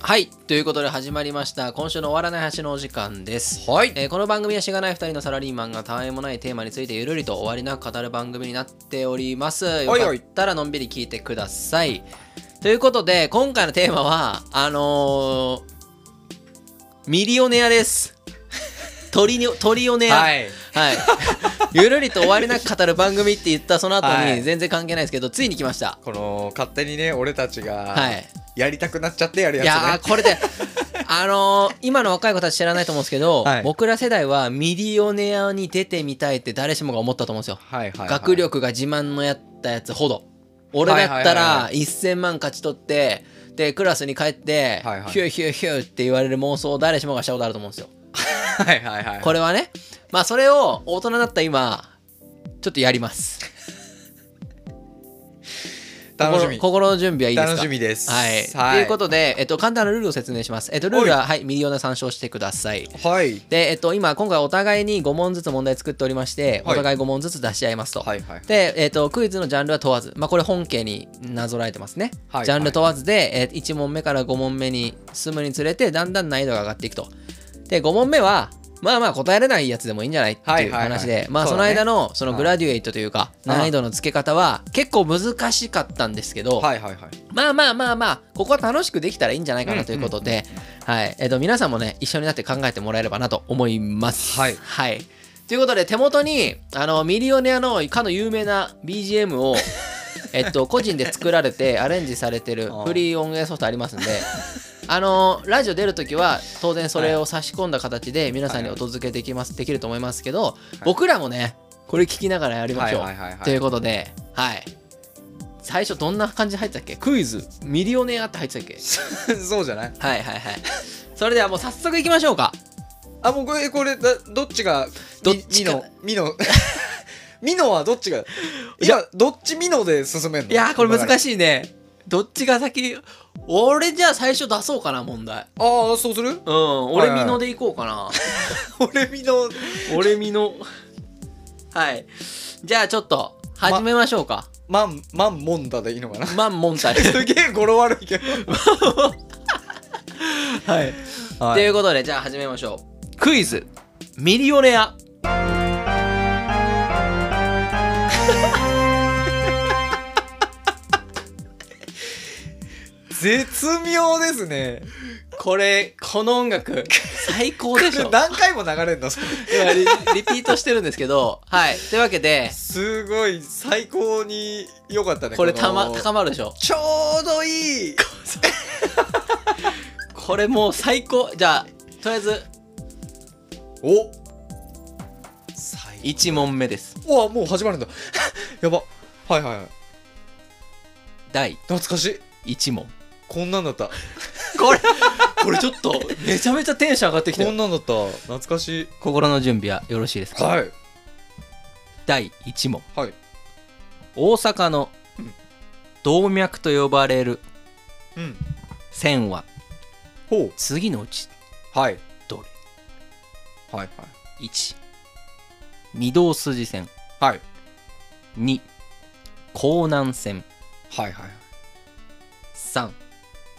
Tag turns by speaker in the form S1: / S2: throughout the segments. S1: はい。ということで始まりました。今週の終わらない橋のお時間です。
S2: はい
S1: えーこの番組はしがない2人のサラリーマンがたわいもないテーマについてゆるりと終わりなく語る番組になっております。よ
S2: はい
S1: かったらのんびり聞いてください。ということで、今回のテーマは、あのーミリオネアです。 トリニョトリオネア。
S2: はい
S1: はい、 ゆるりと終わりなく語る番組って言ったその後
S2: は
S1: に
S2: い
S1: 全然関係ないですけど、ついに来ました。
S2: この勝手にね俺たち
S1: は
S2: が
S1: い。
S2: やりたくなっちゃってやる
S1: いや
S2: や
S1: ーこれで あのー今の若い子たち知らないと思うんですけど、
S2: はい
S1: 僕ら世代はミリオネアに出てみたいって誰しもが思ったと思うんですよ
S2: つ、ねはいはいはい
S1: 学力が自慢のやったやつほど俺だった
S2: はいはいはい
S1: ら
S2: は
S1: 1000万勝ち取ってでクラスに帰って、
S2: はいはい
S1: ヒューヒューヒューって言われる妄想を誰しもがしたことあると思うんですよ
S2: はいはいはい
S1: これはねまあそれを大人になった今ちょっとやります
S2: 楽しみ
S1: 心心の準備はいいですか
S2: 楽しみです
S1: はい、ということで、えっと、簡単なルールを説明します。えっと、ルールは、はい、ミリオネア参照してください。
S2: はい
S1: で、えっと、今、今回お互いに5問ずつ問題作っておりまして、
S2: はい
S1: お互い5問ずつ出し合いますと。
S2: はいはい
S1: で、えっと、クイズのジャンルは問わず、まあ、これ本家になぞらえてますね。
S2: はい
S1: ジャンル問わずで、え1問目から5問目に進むにつれて、だんだん難易度が上がっていくと。で、5問目は、まあまあ答えれないやつでもいいんじゃないって
S2: はいいうはいはい
S1: 話で、まあ
S2: そ
S1: そうの
S2: だね
S1: 間のそのグラデュエイトというか
S2: うん
S1: 難易度の付け方は結構難しかったんですけど、
S2: はいはいはい
S1: まあまあまあまあ、ここは楽しくできたらいいんじゃないかなということで、はい。えっ、と、皆さんもね、一緒になって考えてもらえればなと思います。
S2: はい
S1: はい。ということで、手元に、あの、ミリオネアのかの有名な BGM を、えっと、個人で作られてアレンジされてる
S2: あー
S1: フリー音源ソフトありますんで、あの、ラジオ出るときは、当然それを差し込んだ形で皆さんにお届けできます、できると思いますけど、僕らもね、これ聞きながらやりましょう。
S2: はいはいはいはい
S1: ということで、はい。最初どんな感じ入ってたっけクイズ、ミリオネアって入ってたっけ
S2: そうじゃない
S1: はいはいはい。それではもう早速いきましょうか。
S2: あもうこれこれだどっちが
S1: どっちか
S2: ミノミノミノはどっちがいやどっちミノで進めんの
S1: いやー、これ難
S2: い
S1: しいね。どっちが先俺じゃあ最初出そうかな、問題。
S2: ああそうする
S1: うん、俺
S2: はいは
S1: ミ
S2: い
S1: ノでいこうかな。
S2: 俺ミ ノ
S1: 俺ミノ。はい。じゃあちょっと、始めましょうか。
S2: マンマンモンダでいいのかな
S1: マンモンタリ。
S2: すげえ語呂悪いけど
S1: はい。
S2: は
S1: ということで、じゃあ始めましょう。クイズ、ミリオネア。
S2: 絶妙ですね。
S1: これ、この音楽、最高でし ょ
S2: 何回も流れんのそれ
S1: 今リリピートしてるんですけど、はい。というわけで、
S2: すごい最高に良かったね
S1: これ
S2: の
S1: たま、高まるでしょ。
S2: ちょうどいい
S1: これもう最高。じゃあ、とりあえず、
S2: お最
S1: 1問目です。
S2: うわもう始まるんだ やばはいはいはい
S1: 第
S2: 懐かしい
S1: 1問。
S2: こんなんだった
S1: これ、これちょ っと、めちゃめちゃテンション上がってきた
S2: こ
S1: よ
S2: ん。なんだった懐かしい
S1: 心の準備はよろしいですか、
S2: はい
S1: 第1問。
S2: はい
S1: 大阪の
S2: うん
S1: 動脈と呼ばれる
S2: うん
S1: 線は、
S2: ほ
S1: 次のうち、
S2: うはい
S1: どれ
S2: はいはい
S1: ?1、御堂筋線。
S2: はい
S1: 2、江南線。
S2: はいはい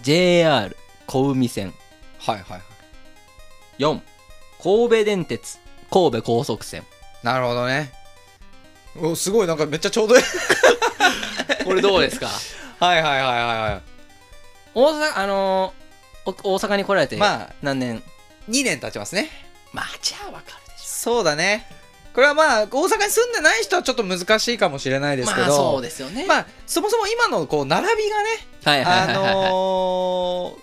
S1: 3JR 小海線
S2: はいはいはい
S1: 4神戸電鉄神戸高速線
S2: なるほどねおすごいなんかめっちゃちょうどいい
S1: これどうですか
S2: はいはいはいはいは
S1: 大阪あのーお大阪に来られて
S2: いまあ
S1: 何年
S2: 2年経ちますね
S1: まあじゃあわかるでし
S2: そうだねこれはまあ大阪に住んでない人はちょっと難しいかもしれないですけど、
S1: まあそうですよね、
S2: まあそもそも今のこう並びがね、
S1: はいはいはいはい、
S2: あのー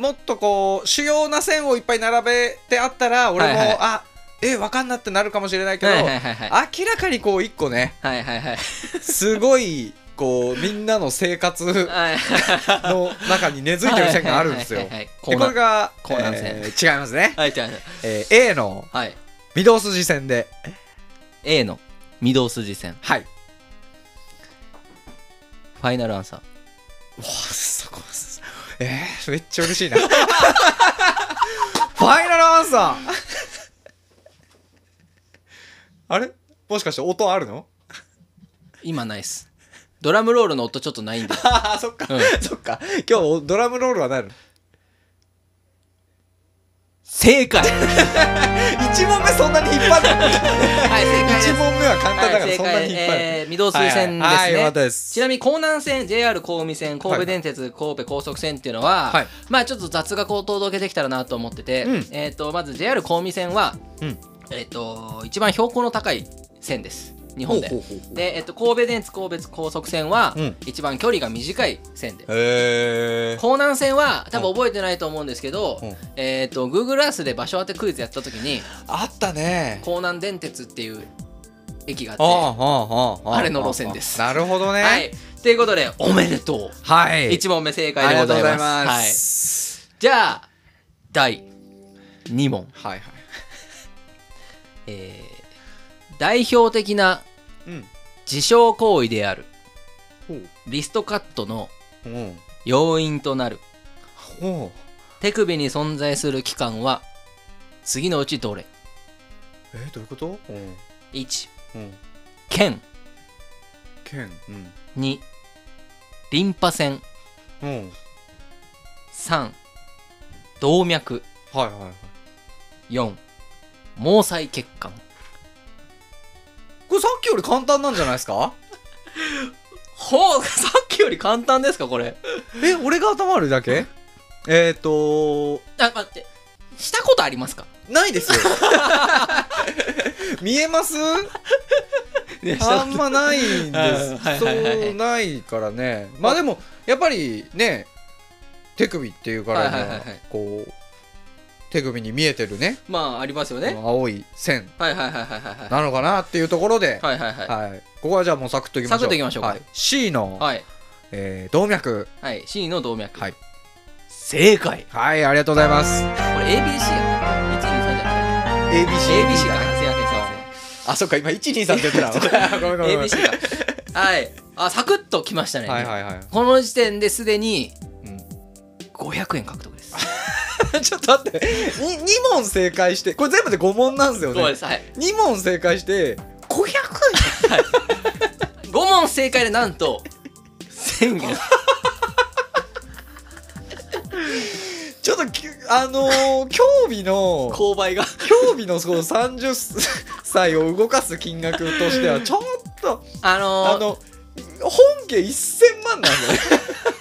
S2: もっとこう主要な線をいっぱい並べてあったら俺も、
S1: はいはい
S2: あえわかんなってなるかもしれないけど、
S1: はいはいはいはい
S2: 明らかにこう一個ね
S1: はいはいはい
S2: すごいこうみんなの生活
S1: はい
S2: の中に根付いてる線があるんですよ。
S1: はいはい
S2: で
S1: はい
S2: これが、
S1: コーナー線
S2: えー違いますね、
S1: はいはいはい
S2: えー A の
S1: はい
S2: 御堂筋線で
S1: A の御堂筋線
S2: はい
S1: ファイナルアンサー
S2: おそこえー、めっちゃ嬉しいな ファイナルアンサーあれもしかして音あ るの
S1: 今ないっすドラムロールの音ちょっとないんで
S2: あーそっか、
S1: うん
S2: そっか今日ドラムロールはないの
S1: 正解
S2: 1問目そんなに引っ張る
S1: はい 正解です
S2: 1問目は簡単だ
S1: は
S2: か
S1: い正
S2: らそんなに
S1: 解
S2: 引っ張る
S1: えー御堂筋線ですね、
S2: はいはいはいよかったです
S1: ちなみに江南線 JR 神戸線神戸電鉄、神戸高速線っていうのは、
S2: はい
S1: まあちょっと雑学をお届けできたらなと思ってて、
S2: うん
S1: えっ、とまず JR 神戸線は、
S2: うん
S1: えっ、と一番標高の高い線です日本で
S2: ほうほうほうほう
S1: で、えっと神戸電鉄神戸高速線は、
S2: うん
S1: 一番距離が短い線で
S2: へえ
S1: 江南線は多分覚えてないと思うんですけど、
S2: うん
S1: えっ、と Google Earth で場所当てクイズやった時に
S2: あったね
S1: 江南電鉄っていう駅があって
S2: ああああああ
S1: あれの路線です
S2: なるほどね
S1: はい。ということで、おめでとう。
S2: はい
S1: 一問目正
S2: あ
S1: 解でご
S2: りがと
S1: ざ
S2: うご
S1: い
S2: ざ
S1: ま
S2: い
S1: す。はい、
S2: ます
S1: じゃあ、第2問。
S2: はいはい
S1: えー代表的な
S2: うん
S1: 自傷行為である
S2: ほう
S1: リストカットの
S2: うん
S1: 要因となる
S2: ほ
S1: 手首に存在する器官は次のうちどれ
S2: うえどういうことうん
S1: ?1、
S2: うん
S1: 腱
S2: 剣うん
S1: 2、リンパ腺
S2: うん
S1: 3、動脈
S2: はいはいはい
S1: 4、毛細血管。
S2: これさっきより簡単なんじゃないですか
S1: ほう、さっきより簡単ですか、これ。
S2: え俺が頭悪いだけ えっと
S1: あ、待って。したことありますか
S2: ないですよ 見えますあんまないんで
S1: はい
S2: す。
S1: は
S2: そ
S1: いはいはいう
S2: ないからね。まあでもやっぱりね手首っていうからに
S1: はいはいは
S2: は
S1: いはい
S2: こう手首に見えてるね
S1: まあ、ありますよね。
S2: 青い線
S1: はいはいはいはいはい。
S2: なのかなっていうところで、
S1: はいはいはい。
S2: はいここはじゃあもうサクッといきましょう。
S1: サクッといきましょうか
S2: はい C の、
S1: はい。
S2: えー動脈
S1: はい。C の動脈。
S2: はい。
S1: 正解。
S2: はいありがとうございます。
S1: これ ABC やった。1、2、3じゃな
S2: ABC
S1: くて。ABC か。すいませんすいま
S2: あそっか今一二三って 言ってたわ。ごめんごめん
S1: せ
S2: ご
S1: ん。
S2: め
S1: ABC
S2: ん。
S1: か。はい。あ、サクッときましたね。
S2: はいはいはい。
S1: この時点ですでに
S2: うん
S1: 500円獲得です。
S2: ちょっと待ってに2問正解してこれ全部で5問なんですよ
S1: そう
S2: ね
S1: です。はい。
S2: 2問正解して500
S1: 5問正解でなんと1000円。
S2: 円ちょっときゅあのー、競技の
S1: 購買が。
S2: 競技のその30歳を動かす金額として はちょっと
S1: あのー
S2: あの本家1000万なんだよね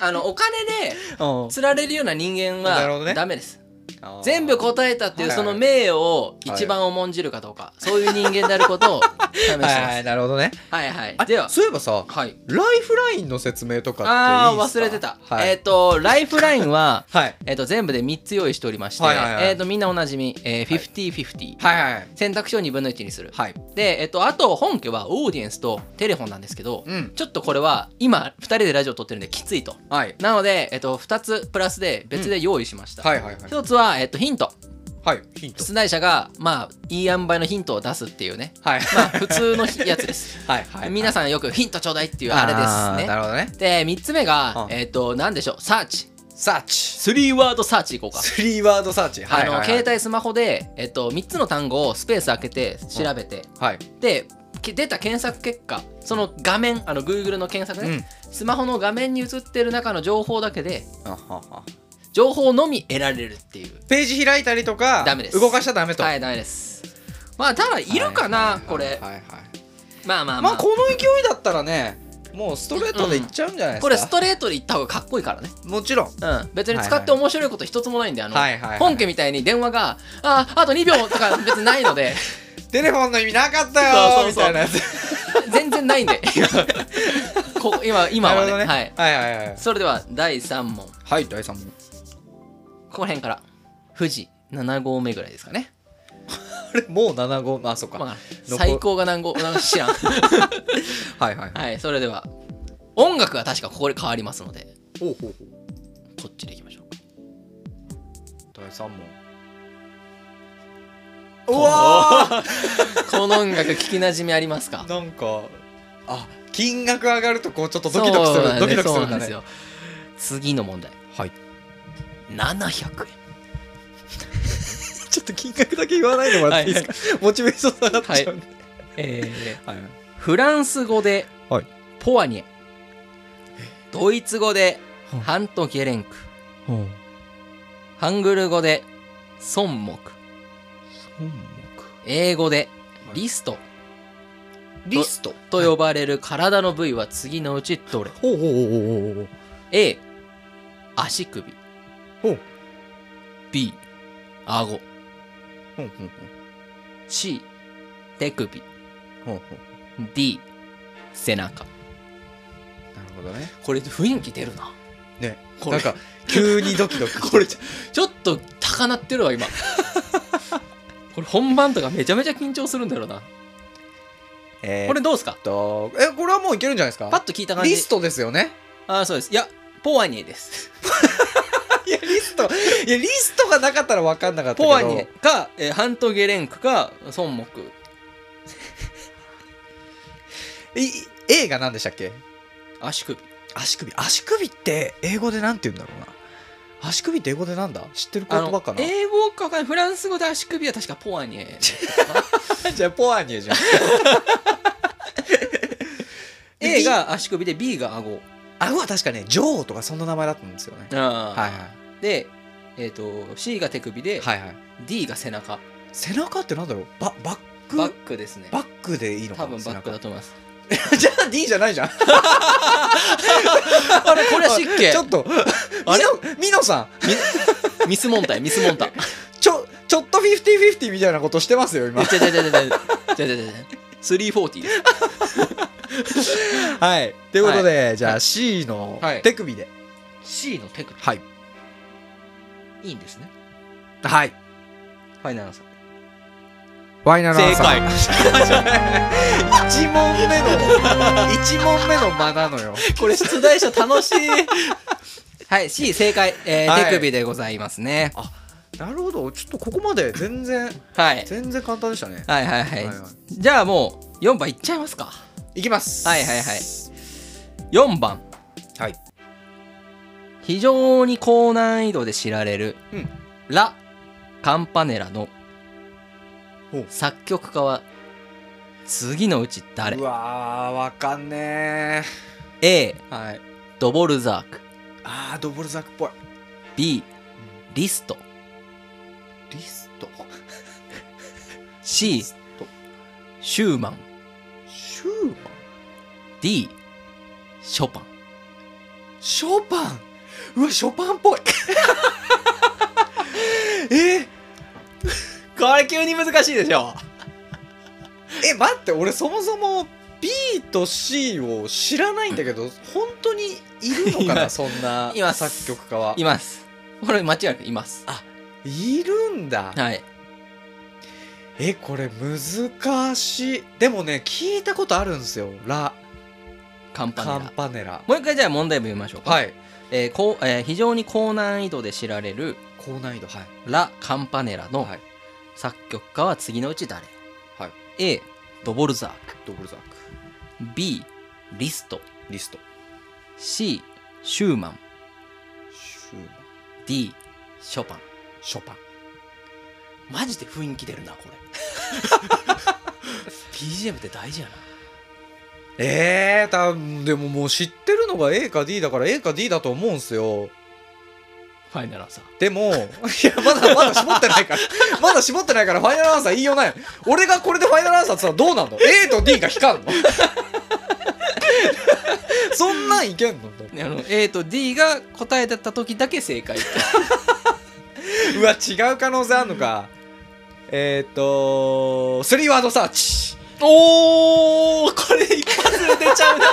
S1: あの、お金で、
S2: うん
S1: 釣られるような人間
S2: なるほど
S1: は
S2: ね
S1: ダメです、全部答えたっていう
S2: はい
S1: その名誉を一番重んじるかどうか、そういう人間であること を試してます
S2: はいはいなるほどね
S1: はいはい
S2: あ
S1: では
S2: そういえばさ
S1: はい
S2: ライフラインの説明とかっていいっ
S1: ああ
S2: すか
S1: 忘れてた、
S2: はい、
S1: えっ、とライフラインは
S2: はい
S1: えっと全部で3つ用意しておりまして、
S2: はいはいはい
S1: えっとみんなおなじみ、えー、50/50、
S2: はいはい
S1: 選択肢を2分の1にする、
S2: はい
S1: で、えっとあと本家はオーディエンスとテレフォンなんですけど、
S2: うん
S1: ちょっとこれは今2人でラジオ撮ってるんできついと
S2: はい
S1: なので、えっと2つプラスで別で用意しました、
S2: はいはいはい
S1: 1つは、えっとヒント
S2: はいヒント
S1: 出題者がまあいい塩梅のヒントを出すっていうね
S2: はい
S1: ま あ普通のひやつです
S2: はいはい
S1: 皆さんよくヒントちょうだいっていうあれ
S2: あー
S1: です
S2: な
S1: ね
S2: るほどね
S1: で3つ目が
S2: うん
S1: えっ、と何でしょうサーチ
S2: サーチ
S1: 3ワードサーチいこうか
S2: スリーワードサーチはいはい
S1: あの携帯スマホで、えっと3つの単語をスペース開けて調べて、
S2: 帯はい
S1: でけ出た検索結果その画面あの Google の検索ね、スマホの画面に映ってる中の情報だけで
S2: あはは
S1: 情報のみ得られるっていう
S2: ページ開いたりとか
S1: ダメです
S2: 動かしちゃダメと、
S1: はいダメですまあただいるかな、
S2: はいはいはい
S1: これ、
S2: はいはい
S1: まあまあま
S2: ま
S1: あ
S2: あこの勢いだったらねもうストレートでいっちゃうんじゃないですか、
S1: これストレートで言った方がかっこいいからね。
S2: もちろん
S1: うん、別に
S2: はい
S1: 使
S2: はい
S1: って面白いこと一つもないんで、あの、
S2: はいはいはい
S1: 本家みたいに電話が、ああ、あと2秒とか別にないので、
S2: テレフォンの意味なかったよー
S1: そうそうそう
S2: みたいなやつ
S1: 全然ないんで、 こ今今は
S2: な
S1: ね
S2: るほど
S1: はい。
S2: はいはいはい
S1: それでは第3問、こ
S2: はい第3問
S1: こら辺から、富士7合目ぐらいですかね。
S2: あれもう7号まあそっか、
S1: まあ、
S2: 残
S1: 最高が何合、なんか知らん。
S2: はいはいはい
S1: はい、それでは、音楽が確かここで変わりますので、
S2: ほうほうほう
S1: こっちでいきましょうか。
S2: 第3問う
S1: う
S2: わー
S1: この音楽、聞きなじみありますか
S2: なんかあ金額上がるとこうちょっとドキドキす
S1: そうな
S2: る
S1: ん
S2: ド
S1: で
S2: キドキす
S1: そう
S2: る
S1: な
S2: んだ
S1: んです
S2: ね
S1: よ。次の問題。
S2: はい
S1: 700円
S2: ちょっと金額だけ言わないでもらっていいですか、モチベーション下がっちゃうんで、はい
S1: フランス語で
S2: はい
S1: ポワニエ、ドイツ語でハント・ゲレンクハングル語で孫目
S2: 本
S1: 英語でリスト
S2: 目リスト
S1: と呼ばれる体の部位は次のうちどれ
S2: ほうほうほうほうほう
S1: A 足首
S2: ほう
S1: B 顎
S2: ほうほう
S1: C 手首
S2: ほうほうほ
S1: D 背中
S2: うなるほどね
S1: これ雰囲気出るな
S2: ね
S1: これ
S2: なんか急にドキドキこれ
S1: ちょっと高鳴ってるわ今 これ本番とかめちゃめちゃ緊張するんだろうな
S2: えー
S1: こ
S2: こ
S1: れ
S2: れ
S1: どうですか
S2: とえこれはもういけるんじゃないですか
S1: パッと聞いた感じ
S2: リストですよね
S1: ああそうですいやポワニエです
S2: いやリストいやリストがなかったら分かんなかった
S1: ポ
S2: けど
S1: ワニエか、えーハントゲレンクか孫目
S2: いい A が何でしたっけ
S1: 足首
S2: 足首足首って英語でなんて言うんだろうな足首って英語でなんだ知ってる言
S1: あ
S2: 葉
S1: の
S2: かな
S1: 英語かわかんないフランス語で足首は確かポワニエ
S2: じゃあポアニエじゃん
S1: A が足首で B が顎
S2: 顎は確かねジョーとかそんな名前だったんですよね
S1: あ
S2: はい
S1: で、えー、と C が手首で、
S2: はいはいはい
S1: D が背中
S2: 背中ってなんだろうババック
S1: バックですね
S2: バックでいいのか
S1: 多
S2: な
S1: 分バックだと思います
S2: 背中 じゃあ D じゃないじゃん
S1: あれこれは失敬
S2: ちょっと
S1: あれ
S2: ミノミノさん
S1: ミスモンタイミスモン タ
S2: ちょちょっとフィフティフィフティみたいなことしてますよ 今
S1: ちゃちゃちゃちゃちゃちゃちゃちゃ340です
S2: はいということで、じゃあ C の
S1: はい
S2: 手首で
S1: C の手首
S2: はい
S1: いいんですね
S2: はい
S1: ファイナルアンサー
S2: ワイナルアンサー
S1: 正
S2: 一問目の一問目の間なのよ
S1: 解 これ出題者楽しい はい C 正解、えー
S2: はい
S1: 手首でございますね
S2: なるほどちょっとここまで全然
S1: はい
S2: 全然簡単でしたね
S1: はいはいはい、
S2: はいは
S1: じゃあもう4番いっちゃいますか
S2: いきます
S1: はいはいはい4番
S2: はい
S1: 非常に高難易度で知られる、
S2: うん
S1: ラ・カンパネラの
S2: ほう
S1: 作曲家は次のうち誰
S2: うわーわかんね
S1: ?A
S2: ーはい
S1: ドボルザーク
S2: あードボルザックっぽい
S1: B リスト
S2: リスト
S1: C
S2: リスト
S1: シューマン
S2: シューマン
S1: D ショパン
S2: ショパンうわショパン っぽいえ
S1: これ急に難しいでしょ
S2: え待って俺そもそも B と C を知らないんだけど本当にいるのか
S1: いま
S2: な
S1: す
S2: そんない
S1: ます
S2: 作曲家はい
S1: ますこれ間違いなくいます
S2: いるんだ
S1: はい
S2: えこれ難しいでもね聞いたことあるんですよラ・
S1: カンパネ
S2: カ
S1: ラ
S2: ンパネラ
S1: もう一回じゃあ問題文見ましょうか、
S2: はい
S1: えーこうえー非常に高難易度で知られる
S2: 高難易度はい
S1: ラ・カンパネラの
S2: はい
S1: 作曲家は次のうち誰、
S2: はい
S1: ?A ドボルザー
S2: ドブルザーク
S1: ク B リスト
S2: リスト
S1: C シューマン
S2: シューマン
S1: D ショパン
S2: ショパン
S1: マジで雰囲気出るな これ BGM って大事やな
S2: えー、たでももう知ってるのが A か D だから A か D だと思うんすよ
S1: ファイナルアンサー
S2: で もいやまだまだ絞ってないからまだ絞ってないからファイナルアンサー言いようない俺がこれでファイナルアンサーって言ったらどうなんの A と D が光る のそんなんいけんの
S1: ねあの A と D が答えだった時だけ正解
S2: うわ違う可能性あんのかえーっとスリーワードサーチ
S1: おおこれ一発で出ちゃうな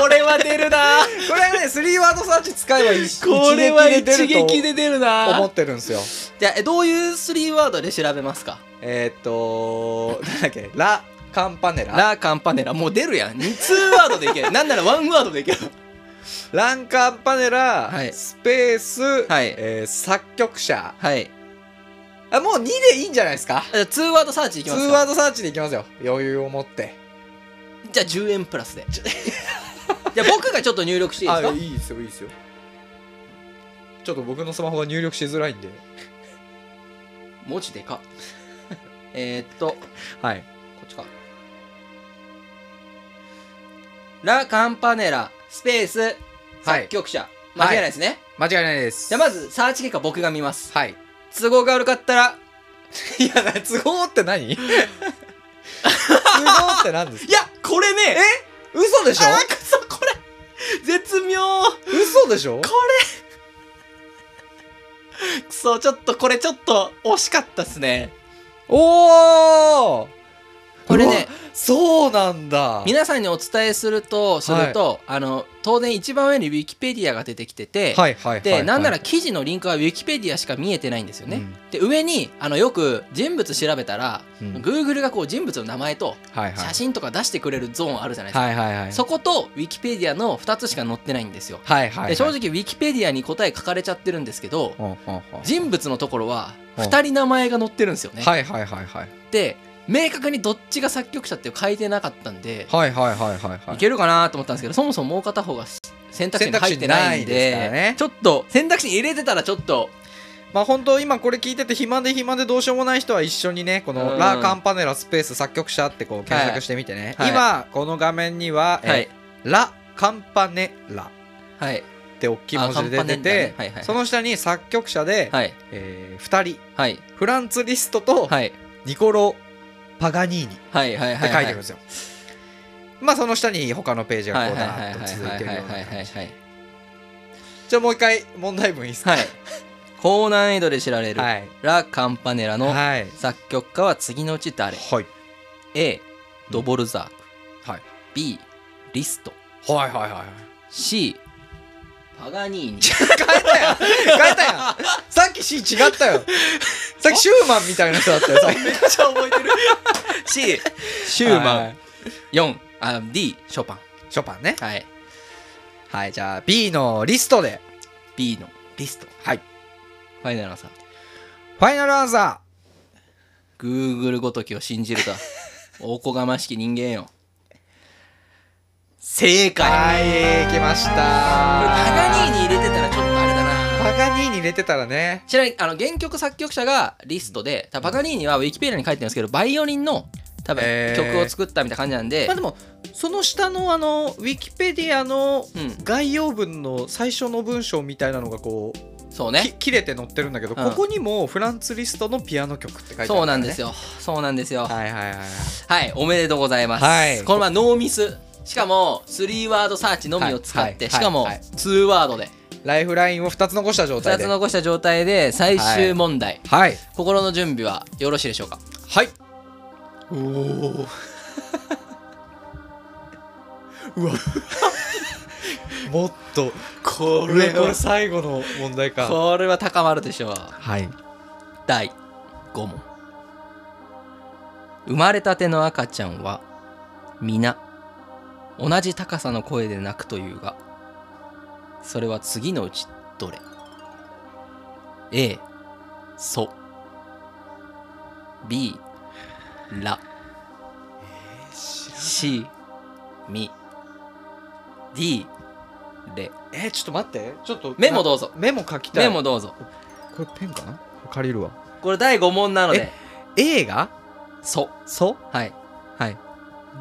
S1: これは出るな
S2: これはねスリーワードサーチ使えばいいし
S1: これは一
S2: 出ると
S1: 撃で出るな
S2: 思ってるんですよ
S1: じゃあえどういう3ワードで調べますか
S2: えーっとなんだっけラ・カンパネララ
S1: ラ・カンパネラもう出るやん2ワードでい けるなんなら1ワードでいける
S2: ンカンパネラ、
S1: はい
S2: スペース、
S1: はい
S2: えー作曲者
S1: はい
S2: あもう2でいいんじゃないですか
S1: じゃあ2ワードサーチいき
S2: ツ
S1: ます
S2: ー
S1: か
S2: ワードサーチでいきますよ余裕を持って
S1: じゃあ10円プラスで じゃあ僕がちょっと入力していいですか
S2: いいですよいいですよちょっと僕のスマホが入力しづらいんで
S1: 文字でか えーっとこ
S2: はい
S1: っちかラ・カンパネラスペース
S2: はい
S1: 作曲者、間違いないですね、
S2: 間違いないです
S1: じゃあまずサーチ結果僕が見ます
S2: はい
S1: 都合が悪かったら
S2: いや都合って何都合って何ですか
S1: いやこれね
S2: 嘘でしょ
S1: あーくそこれ 絶妙
S2: 嘘でしょ
S1: これくそちょっとこれちょっと惜しかったっすね
S2: おお
S1: これね
S2: そうなんだ
S1: 皆さんにお伝えするとすると、あの当然一番上にウィキペディアが出てきてて、
S2: はいはいはい
S1: で、なんなら
S2: ね、
S1: 記事のリンクはウィキペディアしか見えてないんですよ
S2: う
S1: ね、
S2: ん
S1: で上にあのよく人物調べたら、
S2: うん
S1: Google がこう人物の名前と
S2: はいはい
S1: 写真とか出してくれるゾーンあるじゃないですか、
S2: はいはいはい
S1: そことウィキペディアの2つしか載ってないんですよ、
S2: はいはいはい
S1: で正直ウィキペディアに答え書かれちゃってるんですけど、
S2: うんうんうん
S1: 人物のところは
S2: うん
S1: 2人名前が載ってるんですよね、
S2: はいはいはいはい
S1: で明確にどっちが作曲者って書いてなかったんで、
S2: はいはいはいはいはい
S1: い、けるかなと思ったんですけどそもそももう片方が選択肢に入ってないんで
S2: 選択肢にないですからね
S1: ちょっと選択肢に入れてたらちょっと
S2: まあ本当今これ聞いてて暇で暇でどうしようもない人は一緒にねこ
S1: う
S2: の
S1: ん
S2: 「ラ・カンパネラスペース作曲者」ってこう検索してみてね、
S1: はい
S2: 今この画面には「えー
S1: はい
S2: ラ・カンパネラ」
S1: はい
S2: って大きい文字
S1: あカ
S2: で出てて、
S1: ンパネラねはいはい
S2: その下に作曲者で、
S1: はい
S2: え2人
S1: はい
S2: フランツ・リストと
S1: はい
S2: ニコロ・パガニーニっ
S1: はいはい
S2: て書いて
S1: は
S2: あ
S1: い
S2: るんですよ。まあその下に他のページがこうだーっと続いてるような感じ
S1: はい
S2: じゃあもう一回問題文いいですか
S1: はい高難易度で知られる、
S2: はい
S1: ラ・カンパネラの
S2: はい
S1: 作曲家は次のうち誰
S2: はい
S1: A ドボルザーク
S2: はい
S1: B リスト
S2: はいはいはい
S1: C パガニーニ
S2: 変えたやん変えたやんさっき C 違ったよさっきシューマンみたいな人だったよさっ き
S1: めっちゃ覚えてる C シューマン、
S2: はい
S1: 4あ D ショパン
S2: ショパンね
S1: はい
S2: はいじゃあ B のリストで
S1: B のリスト
S2: はい
S1: ファイナルアンサー
S2: ファイナルアンサ
S1: Google ごときを信じる とはおこがましき人間よ正
S2: ー
S1: 解
S2: はい来ました
S1: これパガニーに入れてたらちょっとあれだな
S2: パガニーに入れてたらね
S1: ちなみにあの原曲作曲者がリストでただパガニーニはウィキペディアに書いてるんですけどバイオリンの多分
S2: へー
S1: 曲を作ったみたいな感じなんで、
S2: まあでもその下のあのウィキペディアの
S1: うん
S2: 概要文の最初の文章みたいなのがこう
S1: そう
S2: き
S1: ね
S2: 切れて載ってるんだけど、
S1: うん
S2: ここにもフランツリストのピアノ曲って書いてある
S1: そうなんです
S2: よ
S1: よそうなんですよはい、
S2: はいはいはいはい
S1: おめでとうございます、
S2: はい
S1: このままノーミスしかも3ワードサーチのみを使って、
S2: はいはい
S1: しかも
S2: はいはい
S1: 2ワードで
S2: ライフラインを2つ残した状
S1: 2
S2: 態で
S1: つ残した状態で最終問題、
S2: はい
S1: 心の準備はよろしいでしょうか
S2: はい
S1: おお
S2: もっと
S1: こ
S2: これこれ最後の問題か
S1: これは高まるでしょう
S2: はい
S1: 第5問生まれたての赤ちゃんは皆同じ高さの声で泣くというがそれは次のうちどれ A ソ B ラ C ミ D レ
S2: えーちょっと待ってちょっと
S1: メモどうぞ
S2: なメモ書きたい
S1: メモどうぞ
S2: これペンかな借りるわ
S1: これ第5問なので
S2: え A が
S1: ソ
S2: ソ
S1: はい
S2: はい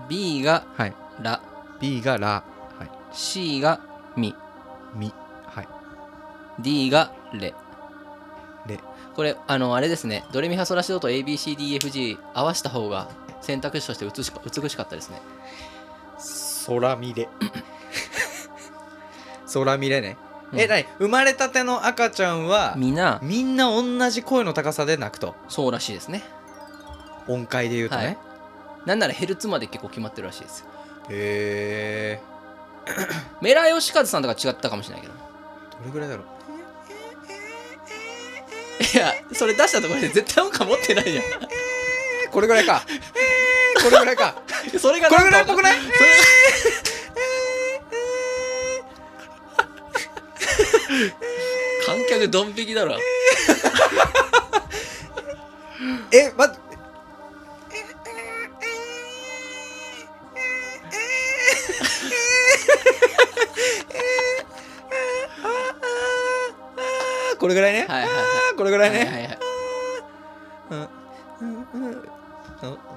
S1: B が
S2: はい
S1: ラ
S2: B がラはい
S1: C がミ
S2: ミはい
S1: D がレ
S2: レ
S1: これあのあれですねドレミファソラシドと ABCDFG 合わせた方が選択肢として美しか美しかったですね
S2: 空見 れ空見れねえ、
S1: うん
S2: なに生まれたての赤ちゃんは
S1: みんな
S2: みんな同じ声の高さで泣くと
S1: そうらしいですね
S2: 音階で言うとね、
S1: はいなんならヘルツまで結構決まってるらしいですよ
S2: へえ
S1: メラヨシカズさんとか違ったかもしれないけど
S2: どれぐらいだろ
S1: い
S2: う
S1: やそれ出したところで絶対音感持ってないじゃん
S2: えーこれぐらいかえーこれぐらいか
S1: それが
S2: こ
S1: な
S2: れ
S1: ん
S2: ぐらいっ
S1: か
S2: ぽくない
S1: 観客ドン引きだろ
S2: え待ってこれぐらいね、
S1: はいはいはい
S2: あーこれぐらいね、
S1: はいはいはい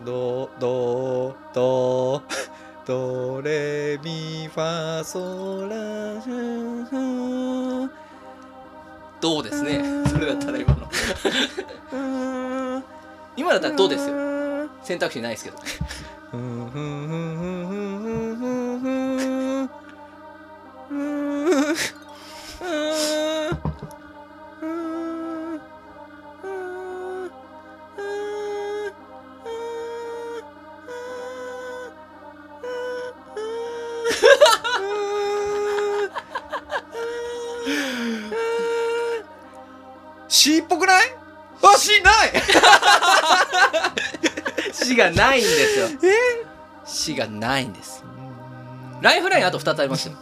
S2: ドドドドレミファソラシ
S1: どうですねそれだったら今の今だったらどうですよ
S2: よ
S1: 選択肢ないですけど
S2: しっぽくないあ、しない
S1: 死がないんですよ
S2: え
S1: 死がないんですライフラインあと2つありますよ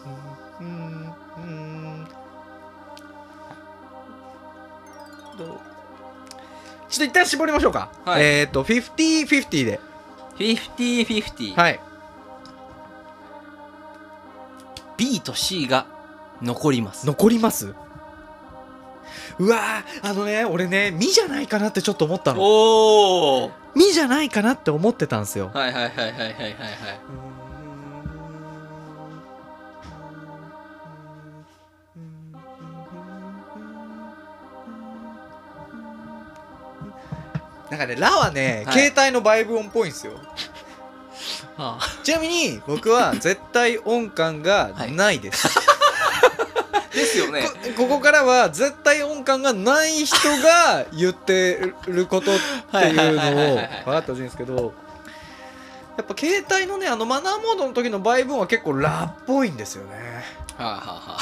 S2: ちょっと一旦絞りましょうか。
S1: はい
S2: えっ、ー、と、50-50で。
S1: 50-50、
S2: はい。
S1: B と C が残ります
S2: 残りますうわーあのね俺ね「み」じゃないかなってちょっと思ったの
S1: おお
S2: 「み」じゃないかなって思ってたんですよ
S1: はいはいはいはいはいはいはい
S2: なんかね「ラ」はね、
S1: はい
S2: 携帯のバイブ音っぽいんですよ
S1: あ
S2: ちなみに僕は絶対音感がないです、
S1: あですよね
S2: こここからは絶対音感がない人が言ってることっていう
S1: はいはいはいは
S2: の
S1: い
S2: を
S1: はい
S2: 分かってほしいんですけどやっぱ携帯のねあのマナーモードの時のバイブ音は結構ラっぽいんですよね
S1: はあはあは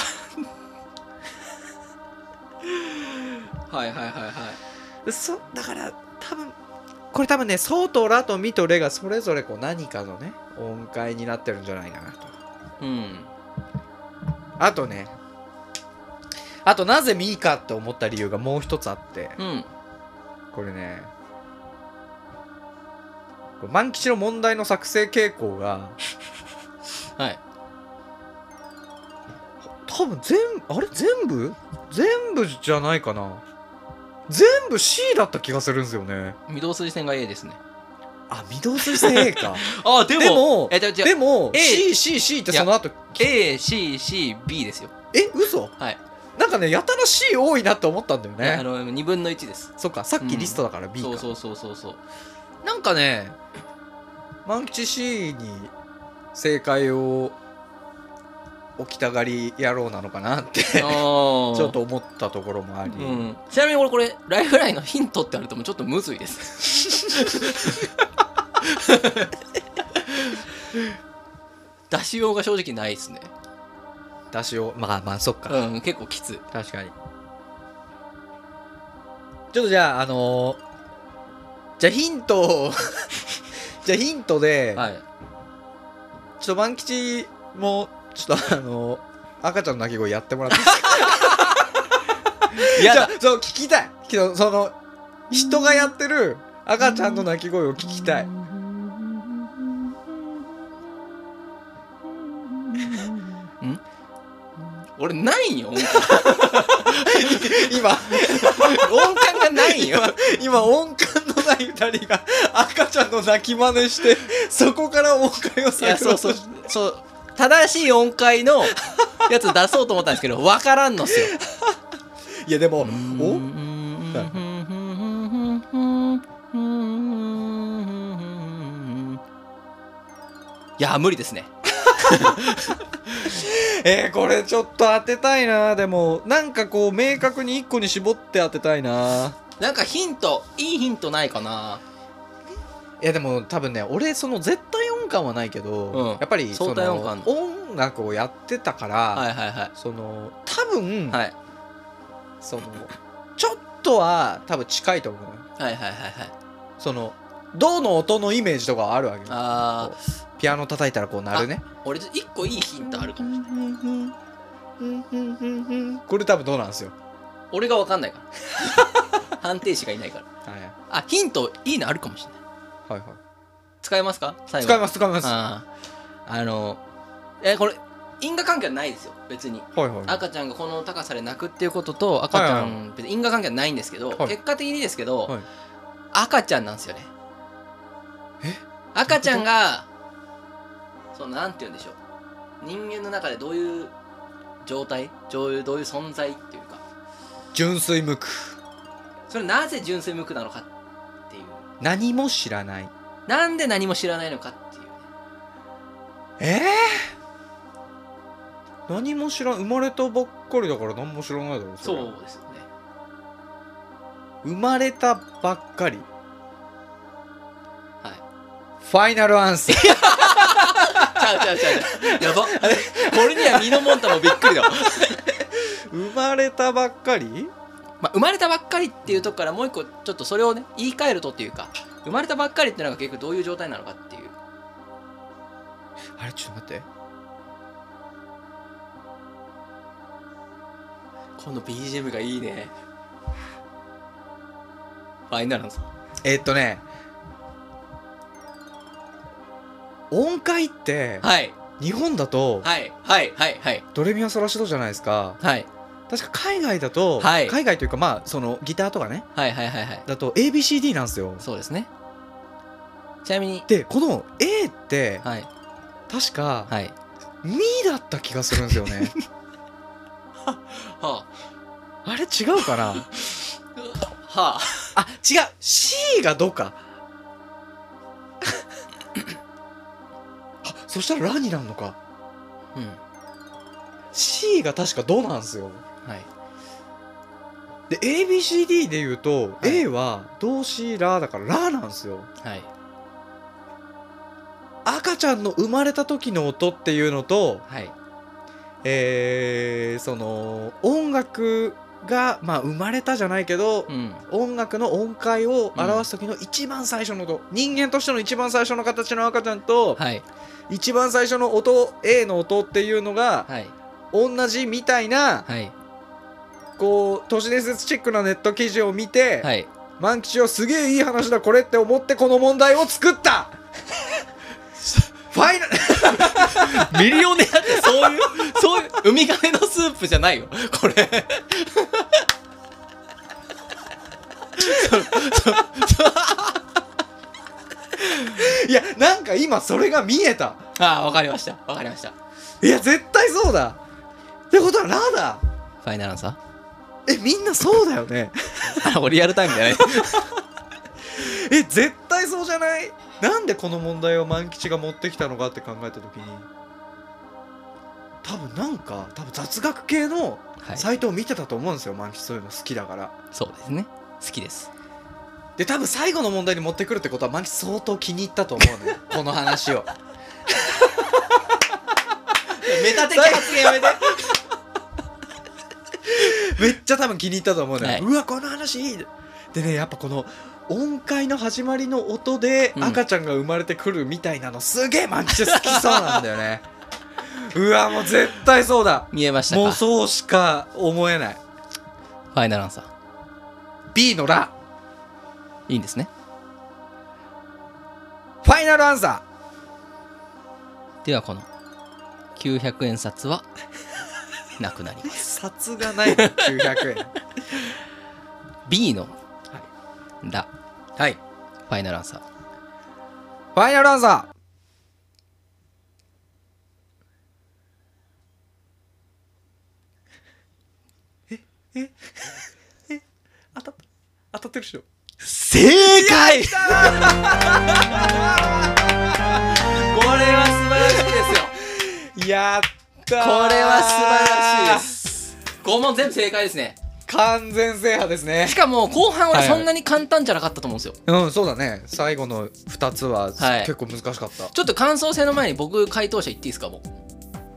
S1: あはいはいはいはい
S2: そだから多分これ多分ね「ソ」と「ラ」と「ミ」と「レ」がそれぞれこう何かのね音階になってるんじゃないかなと
S1: うん
S2: あとねあとなぜ「ミ」かって思った理由がもう一つあって
S1: うん
S2: これねこれ万吉の問題の作成傾向が
S1: はい
S2: 多分全あれ全部全部じゃないかな全部 C だった気がするんですよね
S1: 御堂筋線が A ですね
S2: あ御堂筋線 A か
S1: あで
S2: も
S1: えじゃ
S2: でも
S1: A
S2: CCC ってその後
S1: ACCB ですよ
S2: え嘘
S1: はい
S2: なんかねやたら C 多いなって思ったんだよ
S1: あ
S2: ね
S1: の2分の1です
S2: そっかさっきリストだから B か、
S1: そうそうそうそうそう
S2: なんかね万吉 C に正解を置きたがり野郎なのかなって
S1: ちょ
S2: ちょっと思ったところもあり、
S1: うん、ちなみに俺これライフラインのヒントってあるともうちょっとむずいです 出しようが正直ないですね、
S2: 出しをまあまあそっか、
S1: うん、結構きつい
S2: 確かにちょっとじゃああのーじゃあヒントを じゃあヒントで、
S1: はい
S2: ちょっと万吉もちょっとあのー赤ちゃんの泣き声やってもらっていいですか
S1: い や
S2: じ
S1: だ
S2: ゃあそう聞きたいけどその人がやってる赤ちゃんの泣き声を聞きたい
S1: 俺ないんよ音
S2: 今
S1: 感音感がないんよ
S2: 今音感のない2人が赤ちゃんの泣き真似してそこから音階を
S1: いや
S2: 探
S1: そ
S2: ろ
S1: う
S2: う
S1: そう
S2: として
S1: そう正しい音階のやつ出そうと思ったんですけど分からんのっすよ
S2: いやでも
S1: お
S2: お
S1: いや無理ですね
S2: えー、これちょっと当てたいなでもなんかこう明確に1個に絞って当てたいな
S1: なんかヒントいいヒントないかない
S2: やでも多分ね俺その絶対音感はないけど、
S1: うん
S2: やっぱりその
S1: 相対音感
S2: 音楽をやってたから、
S1: はいはいは
S2: その多
S1: い
S2: 分、
S1: はい
S2: そのちょっとは多分近いと思うのよ
S1: はいはいはいはい
S2: その銅の音のイメージとかはあるわけよ
S1: あ
S2: ピアノ叩いたらこう鳴るね
S1: ー俺一個いいヒントあるかもしれない
S2: これ多分どうなんですよ、
S1: 俺が分かんないから 判定士がいないから
S2: はい、
S1: あヒントいいのあるかもしれない
S2: はいはい
S1: 使えますか最後
S2: 使います使いますは
S1: あーあのえこれ因果関係はないですよ別に
S2: いはい
S1: 赤ちゃんがこの高さで泣くっていうことと赤ちゃ
S2: はい
S1: ん、別に因果関係はないんですけど、
S2: はい
S1: 結果的にですけど、
S2: はい
S1: 赤ちゃんなんですよね
S2: え
S1: 赤ちゃんがそうなんて言うんでしょう人間の中でどういう状態どういうどういう存在っていうか
S2: 純粋無垢
S1: それなぜ純粋無垢なのかっていう
S2: 何も知らない
S1: なんで何も知らないのかっていうね
S2: ええ何も知らん生まれたばっかりだから何も知らないだろ
S1: そ
S2: れ
S1: うですよね
S2: 生まれたばっかり
S1: はい
S2: ファイナルアンサー
S1: ちゃうちゃうちゃうやばこれには身のもんたもびっくりだわ、
S2: 生まれたばっかり
S1: まあ、生まれたばっかりっていうとこからもう一個ちょっとそれをね言い換えるとっていうか生まれたばっかりっていうのが結局どういう状態なのかっていう
S2: あれちょっと待って
S1: この BGM がいいねファイナルアンサー
S2: えっとね音階って
S1: はい
S2: 日本だと
S1: はいはいはいはい
S2: ドレミファソラシドじゃないですか
S1: はい
S2: 確か海外だと、
S1: はい
S2: 海外というかまあそのギターとかね
S1: はいはいはいはい
S2: だと ABCD なんですよ
S1: そうですねちなみに
S2: でこの A って
S1: はい
S2: 確か
S1: はい
S2: ミだった気がするんですよね
S1: は
S2: あれ違うかな
S1: あはあ
S2: あ違う C がどうかあそしたらラになるのか
S1: うん
S2: C が確かドなんですよ
S1: はい
S2: で ABCD で言うと、
S1: い
S2: A は動詞ラだからラなんですよ
S1: はい
S2: 赤ちゃんの生まれた時の音っていうのと
S1: はい
S2: えー、その音楽がまあ生まれたじゃないけど、
S1: うん
S2: 音楽の音階を表す時の一番最初の音、人間としての一番最初の形の赤ちゃんと、
S1: はい
S2: 一番最初の音 A の音っていうのが
S1: はい
S2: 同じみたいな、
S1: はい
S2: こう都市伝説チックなネット記事を見て、
S1: はい
S2: 万吉をすげえいい話だこれって思ってこの問題を作ったファイナル
S1: ミリオネアってそういうそういうウミガメのスープじゃないよこれ
S2: いやなんか今それが見えた
S1: ああわかりましたわかりましたフ
S2: いや絶対そうだってことはラだ
S1: ァイナルアンサ
S2: えみんなそうだよね
S1: ー リアルタイムじゃない
S2: え絶対そうじゃないなんでこの問題を万吉が持ってきたのかって考えた時に多分なんか多分雑学系の
S1: はい
S2: サイトを見てたと思うんですよ、万吉そういうの好きだから
S1: そうですね好きです
S2: で多分最後の問題に持ってくるってことは万吉相当気に入ったと思う ねこの話を
S1: メタ的発言やめて
S2: めっちゃ多分気に入ったと思うね、
S1: はいう
S2: わこの話いいでねやっぱこの音階の始まりの音で
S1: うん
S2: 赤ちゃんが生まれてくるみたいなのすげえ万吉好きそうなんだよね うわもう絶対そうだ
S1: 見えましたか
S2: もうそうしか思えない
S1: ファイナルアンサー
S2: B のラ
S1: いいんですね
S2: ファイナルアン サ
S1: ではこの900円札はなくな りま
S2: ー
S1: す
S2: 札がないの900円
S1: B のラ
S2: はいフ
S1: ファイナルアンサー
S2: ァイナルアンサーええ え当たった当たってるでしょ
S1: 正解これは素晴らしいですよ
S2: やった ー
S1: これは素晴らしいです5問全部正解ですね
S2: 完全制覇ですね
S1: しかも後半俺
S2: はいはい
S1: そんなに簡単じゃなかったと思うんですよ、
S2: うんそうだね最後の2つは、
S1: はい
S2: 結構難しかった
S1: ちょっと感想戦の前に僕回答者言っていいですかもう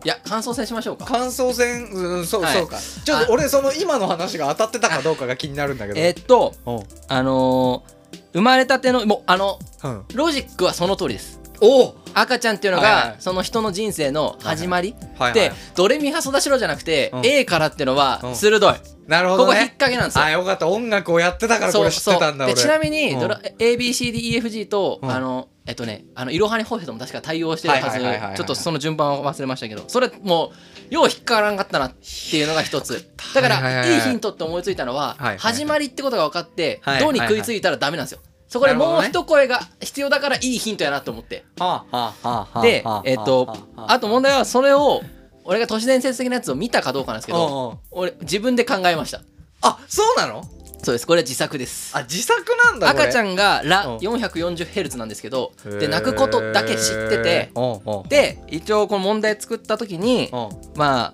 S1: いや感想戦しましょうか
S2: 感想戦うんそう、
S1: はい
S2: そうかちょっと俺その今の話が当たってたかどうかが気になるんだけど
S1: えーっと
S2: おう
S1: あのー生まれたてのもうあの
S2: うん
S1: ロジックはその通りです
S2: おお
S1: 赤ちゃんっていうのが、
S2: はいはい
S1: その人の人生の始まり、
S2: はい
S1: で、ドレミファソダシロじゃなくて、
S2: うん
S1: A からっての
S2: う
S1: は
S2: ん
S1: 鋭い、
S2: なるほ
S1: こ
S2: ど
S1: こ引っ
S2: ね
S1: 掛けなんですよ
S2: あよかった音楽をやってたからこれ知ってたんだ
S1: で
S2: 俺
S1: ちなみに、
S2: うん
S1: ドラ ABCDEFG と、
S2: うん
S1: あのえっとねあのいろはにホヘとも確か対応してるは
S2: はいはいはいはいは
S1: ず
S2: い
S1: ちょっとその順番を忘れましたけどそれもうよう引っかからんかったなっていうのが一つだから、
S2: はい
S1: い
S2: はいいはいはい
S1: ヒントって思いついたのは、
S2: いはい
S1: 始まりってことが分かって、
S2: はい
S1: どうに食いついたらダメなんですよそこでもう
S2: なるほど
S1: 一声が必要だからいいヒントやなと思って、
S2: はあはあはあはあ
S1: で
S2: はあ
S1: えっと
S2: はあは
S1: あと問題はそれを俺が都市伝説的なやつを見たかどうかなんですけど
S2: おうおう
S1: 俺自分で考えました
S2: あそうなの
S1: そうですこれは自作です
S2: あ自作なんだこれ
S1: 赤ちゃ
S2: ん
S1: んが
S2: うん
S1: ラ 440Hz なんですけどで泣くことだけ知っててで一応この問題作った時にまあ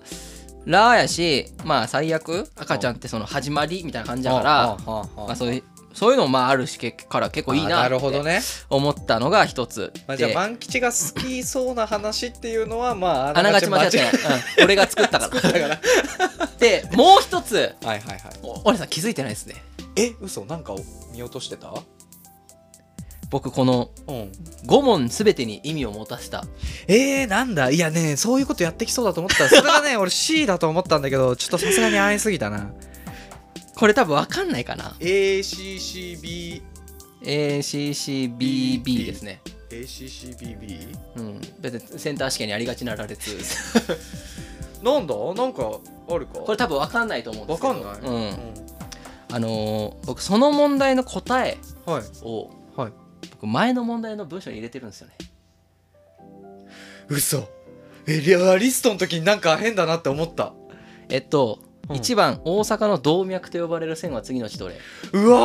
S1: ラやしまあ最悪赤ちゃんってその始まりみたいな感じだからまあそういうそういうのもまああるしけから結構いいな
S2: あな
S1: って
S2: るほどね、
S1: 思ったのが一つ
S2: まあ、じゃあ
S1: で
S2: 万吉が好きそうな話っていうのはまあ
S1: あながち間違ってないうん俺が作った から
S2: だから
S1: でもう一つ
S2: はいはいはい
S1: お俺さん気づいてないですね
S2: え嘘なんか見落としてた
S1: 僕この
S2: うん
S1: 5問全てに意味を持たせた
S2: えー、なんだいやねそういうことやってきそうだと思ったそれがね 俺 C だと思ったんだけどちょっとさすがに安易すぎたな
S1: これ多分分かんないかな
S2: ACCBACCBB
S1: ACCBB ですね、
S2: ACCBB?
S1: うん、別にセンター試験にありがちな羅列
S2: なんだなんかあるか
S1: これ多分分かんないと思うんで
S2: わ
S1: すけど
S2: かんない、
S1: うんあのー僕その問題の答え
S2: うんはい
S1: を
S2: はい
S1: 僕前の問題の文章に入れてるんですよね
S2: 嘘えリアリストの時になんか変だなって思った
S1: えっと、
S2: うん
S1: 1番大阪の動脈と呼ばれる線は次のうちどれ
S2: うわ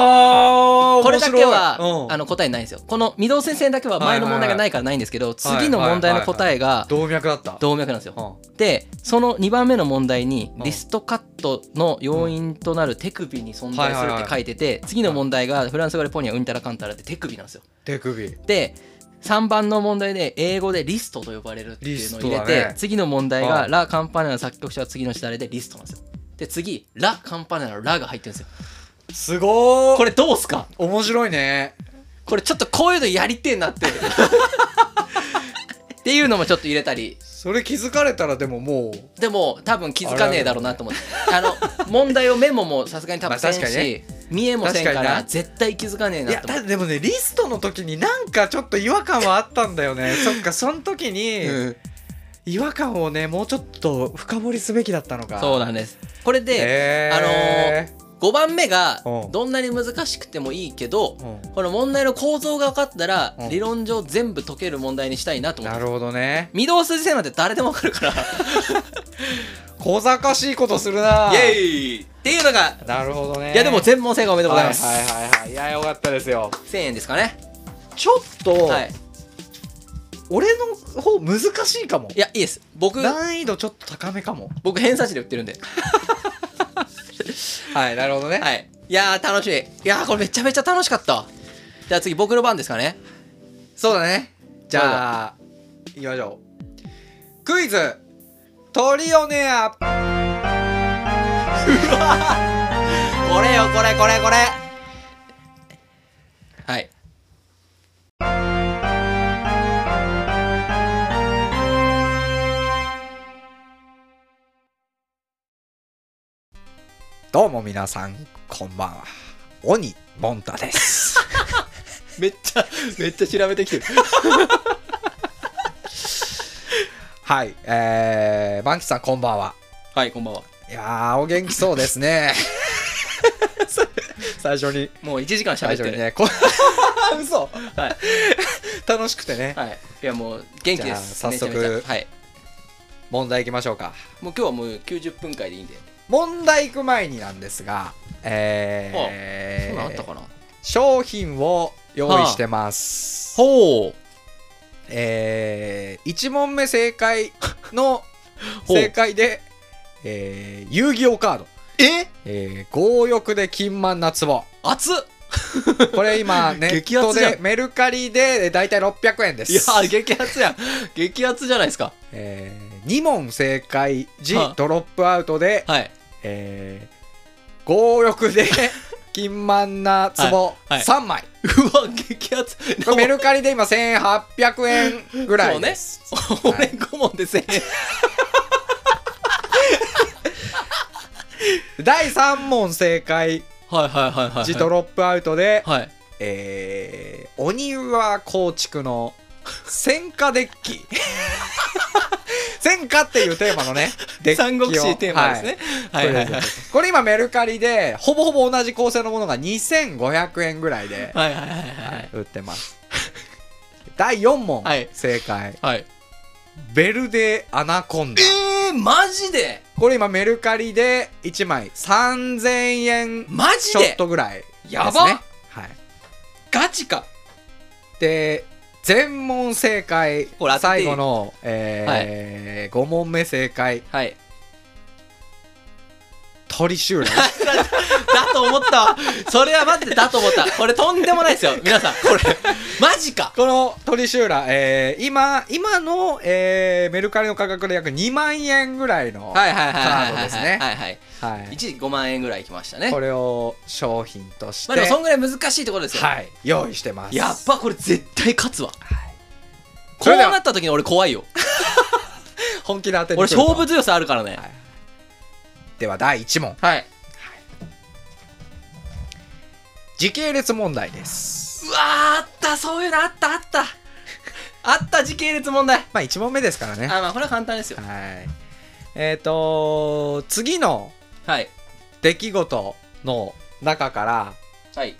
S2: ー
S1: これだけは、
S2: 面白いうん
S1: あの答えないんですよこの御堂先生だけは前の問題がないからないんですけど、
S2: いはい
S1: 次の問題の答えが
S2: 動脈だった
S1: 動脈なんですよ、
S2: うん
S1: でその2番目の問題に
S2: うん
S1: リストカットの要因となる手首に存在するって書いてて次の問題がフランス語でポニアウンタラカンタラって手首なんですよ
S2: 手首
S1: で3番の問題で英語でリストと呼ばれるっていうのを入れ
S2: リスト
S1: て、
S2: だね
S1: 次の問題が
S2: う
S1: ラ・カンパネラの作曲者は次の下ででリストなんですよで次ラ・カンパネラのラが入ってるんですよ
S2: すご ー
S1: これどうすか
S2: 面白いね
S1: これちょっとこういうのやりてえなって っていうのもちょっと入れたり
S2: それ気づかれたらでももう
S1: でも多分気づかねえだろうなと思ってあの問題をメモもさすがに多分せんし、
S2: まあ確かに
S1: 見えもせんか
S2: 確からにな
S1: 絶対気づかねえ
S2: い
S1: な
S2: や
S1: と思
S2: だ
S1: っ
S2: ってでもねリストの時になんかちょっと違和感はあったんだよねそっかその時
S1: て、
S2: に違和感をねもうちょっと深掘りすべきだったのか
S1: そう
S2: う
S1: なんですこれで
S2: で
S1: 5番目が
S2: うん
S1: どんなに難しくてもいいけど
S2: あのー
S1: この問題の構造が分かったら
S2: うん
S1: 理論上全部解ける問題にしたいなと思っ
S2: な
S1: て
S2: るほどね
S1: 御堂筋生なんて誰でも分かる から
S2: 小賢しいことするな
S1: イエイっていうのが
S2: なるほどね
S1: いやでも全問正解おめでとうございます、
S2: はいはいはいはいいやよかったですよ
S1: 1000円ですかね
S2: ちょっと、
S1: はい
S2: 俺の方難しいかも
S1: いやいいです僕
S2: 難易度ちょっと高めかも
S1: 僕偏差値で売ってるんで
S2: はいなるほどね
S1: はい。いやー、楽しい。いやー、これめちゃめちゃ楽しかった。じゃあ次、僕の番ですかね。
S2: そうだねじゃあ行きましょうクイズトリオネア
S1: これよ、これ、これ、これ。はい。
S2: どうも皆さんこんばんは鬼ボンタです
S1: めっちゃ、めっちゃ調べてきてる。
S2: はいえー、バンキさんこんばんは
S1: はい、こんばんは。
S2: いやーお元気そうです ね最初に
S1: もう1時間
S2: 最
S1: 喋って
S2: 初に
S1: る。
S2: ねこ 嘘
S1: はい。
S2: 楽しくてね、
S1: はい。いや、もう元気です。
S2: じゃあ早速
S1: めちゃめちゃはい。
S2: 問題いきましょうか
S1: もう今日はもう90分回でいいんで。
S2: 問題行く前になんですがえ
S1: そ
S2: ー、
S1: んなんあったかな
S2: 商品を用意してます、
S1: ほう。
S2: えー、1問目正解 の
S1: ほう
S2: 正解で、えー、遊戯王カード、
S1: え
S2: えー、強欲で金満夏壺
S1: 熱っ
S2: これ今ネ
S1: 激
S2: ッ
S1: ア
S2: ト
S1: ツじゃん
S2: でメルカリでだいたい600円で
S1: いや
S2: す、
S1: ー、激熱やん。激熱じゃないですか。
S2: えー、2問正解時
S1: はあ
S2: ドロップアウトで、
S1: はい。
S2: えー、強 欲で金満夏壺
S1: はいはい
S2: 3枚、
S1: うわ、激熱。
S2: これメルカリで今1800円ぐら
S1: そう
S2: い
S1: ね
S2: です
S1: 俺5問で1000円。
S2: 第3問正解
S1: はいはいはいはい。
S2: 時ドロップアウトで、
S1: はい。
S2: えー、鬼は構築の戦火デッ キ戦火っていうテーマのねデッキを
S1: 三国志テーマですね。はい、はい、はいはい。
S2: これ今メルカリでほぼほぼ同じ構成のものが2500円ぐらいで、
S1: はいはいはい
S2: 売ってます第4問、
S1: はい
S2: 正解
S1: はい。はい。
S2: ベルデアナコンダ
S1: えー、マジで
S2: これ今メルカリで1枚3000円
S1: マジ
S2: ちょっ
S1: で
S2: とぐらいです、ね、
S1: やば
S2: はい、
S1: ガチか
S2: で全問正解
S1: ほら当てて
S2: 最後の、え5問目正解
S1: はい
S2: 鳥集落
S1: だと思ったわそれはマジでだと思ったこれとんでもないですよ皆さんこれマジか
S2: この鳥集落、えー今今の、えーメルカリの価格で約2万円ぐらいの、
S1: はいはいはいはい
S2: カード
S1: はい
S2: です
S1: はい
S2: ね
S1: はいはい
S2: はい
S1: 一時5万円ぐらいいきましたね
S2: これを商品として、
S1: まあでもそんぐらい難しいところですよ
S2: はい、用意してます
S1: やっぱこれ絶対勝つわこ
S2: そうれでは
S1: なった時に俺怖いよ
S2: 本気で当てに
S1: 俺
S2: 来ると
S1: 勝負強さあるからね
S2: はいでは第1問
S1: はい
S2: 時系列問題です
S1: うわーあったそういうのあったあったあった時系列問題
S2: まあ1問目ですからね
S1: あ
S2: はい
S1: まあこれは簡単ですよ
S2: えっ、と次の
S1: はい
S2: 出来事の中から、
S1: はい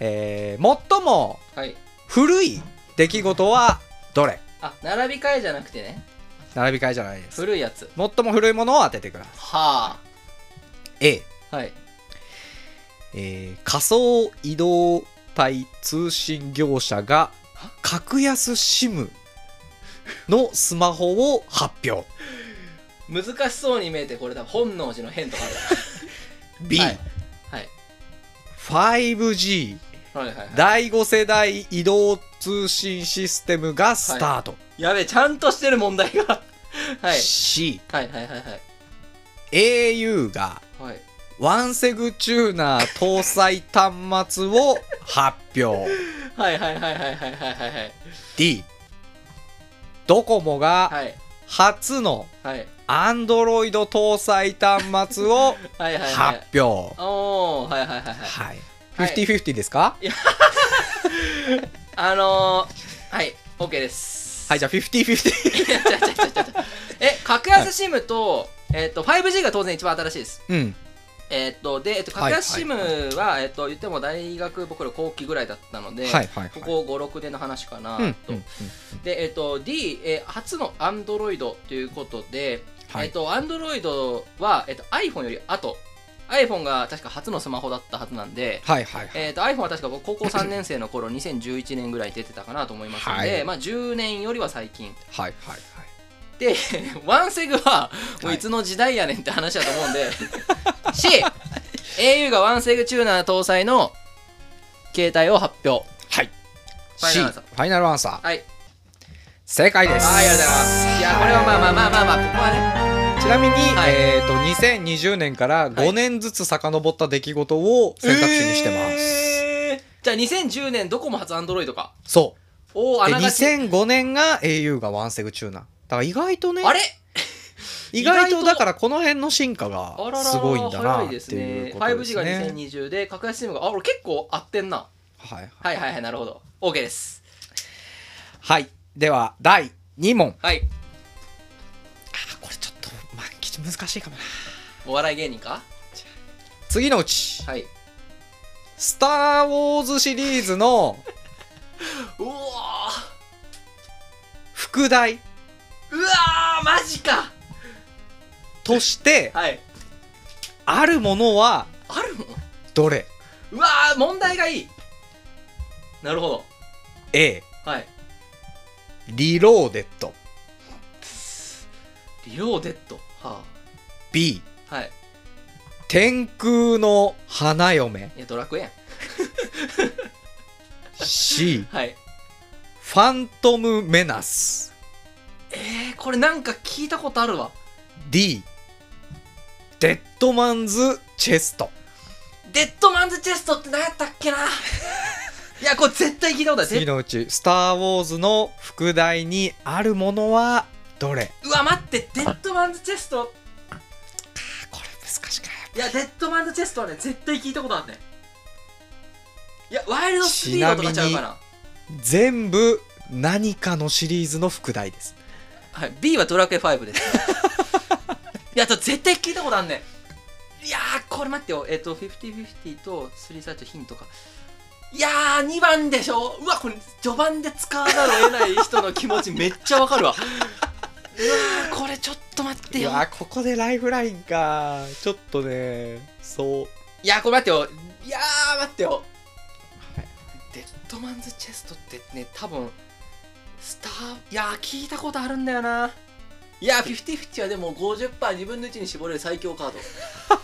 S2: えー最も
S1: はい
S2: 古い出来事はどれ
S1: あ並び替えじゃなくてね
S2: 並び替えじゃないです
S1: 古いやつ
S2: 最も古いものを当ててくださ
S1: はい
S2: A、
S1: あはい
S2: えー仮想移動体通信業者が格安 SIM のスマホを発表
S1: 難しそうに見えてこれ多分本能寺の変とか ある
S2: B、
S1: はいはい
S2: 5G
S1: はいはいはい
S2: 第5世代移動通信システムがスタート、
S1: やべえちゃんとしてる問題がはい
S2: C
S1: はいはいはいはい
S2: au が
S1: はい
S2: ワンセグチューナー搭載端末を発表
S1: はいはいはいはいはいはいはい
S2: D ドコモが
S1: はい
S2: 初の
S1: はい
S2: アンドロイド搭載端末を
S1: はいはいは
S2: 発
S1: い
S2: 表
S1: おおはいはいはいはい
S2: はい
S1: はい
S2: 50-50ですか
S1: あのー、はい OK です
S2: はいじゃあ50-50
S1: いや違う違う違う違う え格安 SIM と、えっ、と 5G が当然一番新しいです
S2: うん
S1: えっ、とで、えっと
S2: は
S1: 格
S2: い
S1: 安 SIM は、えっ、と言っても大学僕ら後期ぐらいだったので、
S2: はいはいはい
S1: ここ56年の話かな
S2: うん
S1: と、
S2: うん
S1: で、えっと D、えー初の Android ということで、
S2: はい
S1: えっと Android は、えっと iPhone より後 iPhone が確か初のスマホだったはずなんで、
S2: はいはいはい
S1: えっと iPhone は確か僕高校3年生の頃2011年ぐらい出てたかなと思いますので、
S2: はい
S1: まあ、10年よりは最近
S2: はいはい
S1: で ワンセグはもう
S2: はい
S1: いつの時代やねんって話だと思うんで、C au がワンセグチューナー搭載の携帯を発表
S2: はい C
S1: ファイナルアン
S2: フ
S1: サー
S2: ァイナルアンサー
S1: はい
S2: 正解です
S1: はいありがとうございますいやこれはまあまあまあまあまあここはね
S2: ちなみに、
S1: はい
S2: えー、と2020年から5年ずつ遡った出来事を選択肢にしてます、
S1: えーじゃあ2010年どこも初アンドロイドか
S2: そ
S1: おお
S2: う
S1: あ
S2: で
S1: ながち
S2: 2005年が au がワンセグチューナーだから意外とね
S1: あれ
S2: 意外
S1: 意外
S2: と
S1: と
S2: だからこの辺の進化が
S1: あららら
S2: すごいんだな
S1: 早
S2: っ
S1: い
S2: て
S1: です
S2: い
S1: ね
S2: うことですね
S1: 5G が2020で格安シムがあ俺結構合ってんな
S2: はい、はい
S1: はいはいはいなるほど OK です
S2: はい、では第2問
S1: はい
S2: あこれちょっとまあきっと難しいかもな
S1: お笑い芸人か
S2: 次のうち
S1: はい
S2: 「スター・ウォーズ」シリーズの
S1: うおー
S2: 副題
S1: うわーマジか
S2: として
S1: はい
S2: あるものは
S1: あるもん
S2: どれ
S1: うわー問題がいいなるほど
S2: A
S1: はい
S2: リローデッド
S1: リローデッドは
S2: B
S1: あはい
S2: 天空の花嫁
S1: いやドラクエやん
S2: C
S1: はい
S2: ファントムメナス
S1: えー、これなんか聞いたことあるわ
S2: D デッドマンズチェスト
S1: デッドマンズチェストって何やったっけ ないやこれ絶対聞いたことある
S2: 次
S1: ぜ
S2: のうち「スター・ウォーズ」の副題にあるものはどれ
S1: うわ待ってデッドマンズチェスト
S2: これ難しくない
S1: いやデッドマンズチェストはね絶対聞いたことあるねいやワイルドスピ
S2: ち
S1: ー
S2: な
S1: ドと
S2: みに
S1: かちゃうかな
S2: 全部何かのシリーズの副題です
S1: はい B はドラクエ5ですいやちょっと絶対聞いたことあんねんいやーこれ待ってよえっ、ー、と5050と3サイトヒントかいやー2番でしょうわこれ序盤で使わざるを得ない人の気持ちめっちゃわかるわこれちょっと待って
S2: い
S1: よ
S2: やここでライフラインかちょっとねそう
S1: いやこれ待ってよいやー待ってよ、デッドマンズチェストってね多分スターいやー聞いたことあるんだよないやー50/50はでも50%自分の1に絞れる最強カー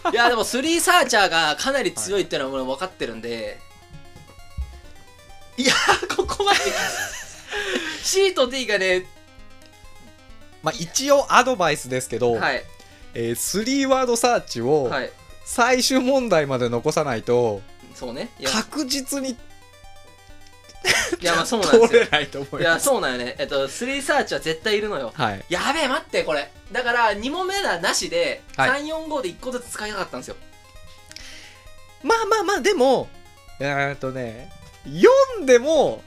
S1: ドいやーでも3サーチャーがかなり強いっていうのは俺分かってるんで、い、やーここまで C と D がね
S2: まあ一応アドバイスですけど、
S1: はい
S2: えー、3ワードサーチを
S1: はい
S2: 最終問題まで残さないと
S1: そうねいや
S2: 確実に
S1: いやまあそうなんで
S2: 通
S1: すよ
S2: れないと思い
S1: い
S2: ま
S1: や
S2: す
S1: そうなんよねえっと3サーチャー絶対いるのよ
S2: はい
S1: やべえ待ってこれだから2問目ななしで、
S2: は
S1: 345で1個ずつ使いたかったんですよ
S2: まあまあまあでもえーっとね読んでも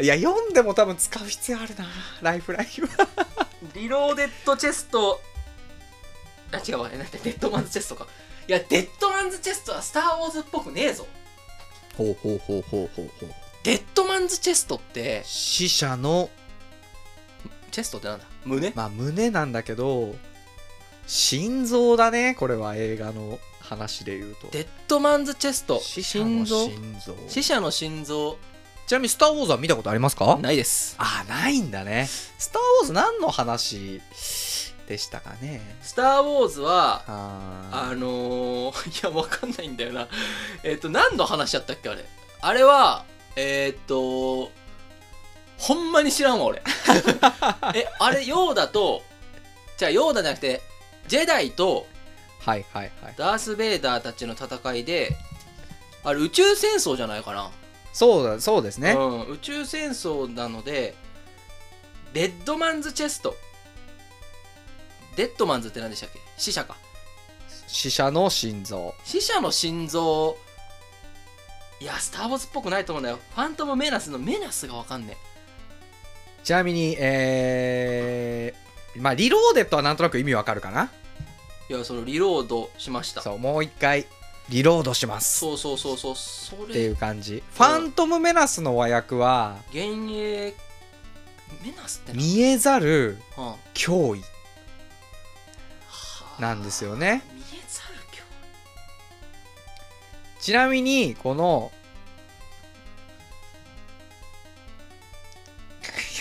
S2: いや読んでも多分使う必要あるなライフラインは
S1: リローデッドチェストあ違うわなんてデッドマンズチェストかいやデッドマンズチェストはスター・ウォーズっぽくねえぞ
S2: ほうほうほうほうほうほう
S1: デッドマンズチェストって
S2: 死者の
S1: チェストってなんだ胸
S2: まあ胸なんだけど心臓だねこれは映画の話で言うと
S1: デッドマンズチェスト
S2: 死者の
S1: 心臓
S2: 心臓
S1: 死者の心臓
S2: ちなみに「スター・ウォーズ」は見たことありますか
S1: ないです
S2: あないんだね「スター・ウォーズ」何の話でしたかね
S1: スター・ウォーズは
S2: あ
S1: あのー、いや、わかんないんだよな。えっ、と、何の話だったっけ、あれ。あれは、えっ、と、ほんまに知らんわ、俺。 え、あれ、ヨーダと、じゃあ、ヨーダじゃなくて、ジェダイと
S2: ーはいはいはい
S1: ダース・ベイダーたちの戦いで、あれ、宇宙戦争じゃないかな。
S2: そうだそうですね、
S1: うん、宇宙戦争なので、レッドマンズ・チェスト。デッドマンズって何でしたっけ死者か。
S2: 死者の心臓
S1: 死者の心臓いやスター・ウォーズっぽくないと思うんだよファントム・メナスのメナスがわかんね
S2: ちなみにえー、まあリローデッドはなんとなく意味わかるかない
S1: やそれリロードしましたそう
S2: そうもう一回リロードします
S1: そうそうそうそ
S2: ってい
S1: れ
S2: う感じファントム・メナスの和訳は
S1: 幻影メナスってな、
S2: 見えざる
S1: うんは
S2: 脅威
S1: あ
S2: なんですよね
S1: 見えざる今
S2: ちなみにこのい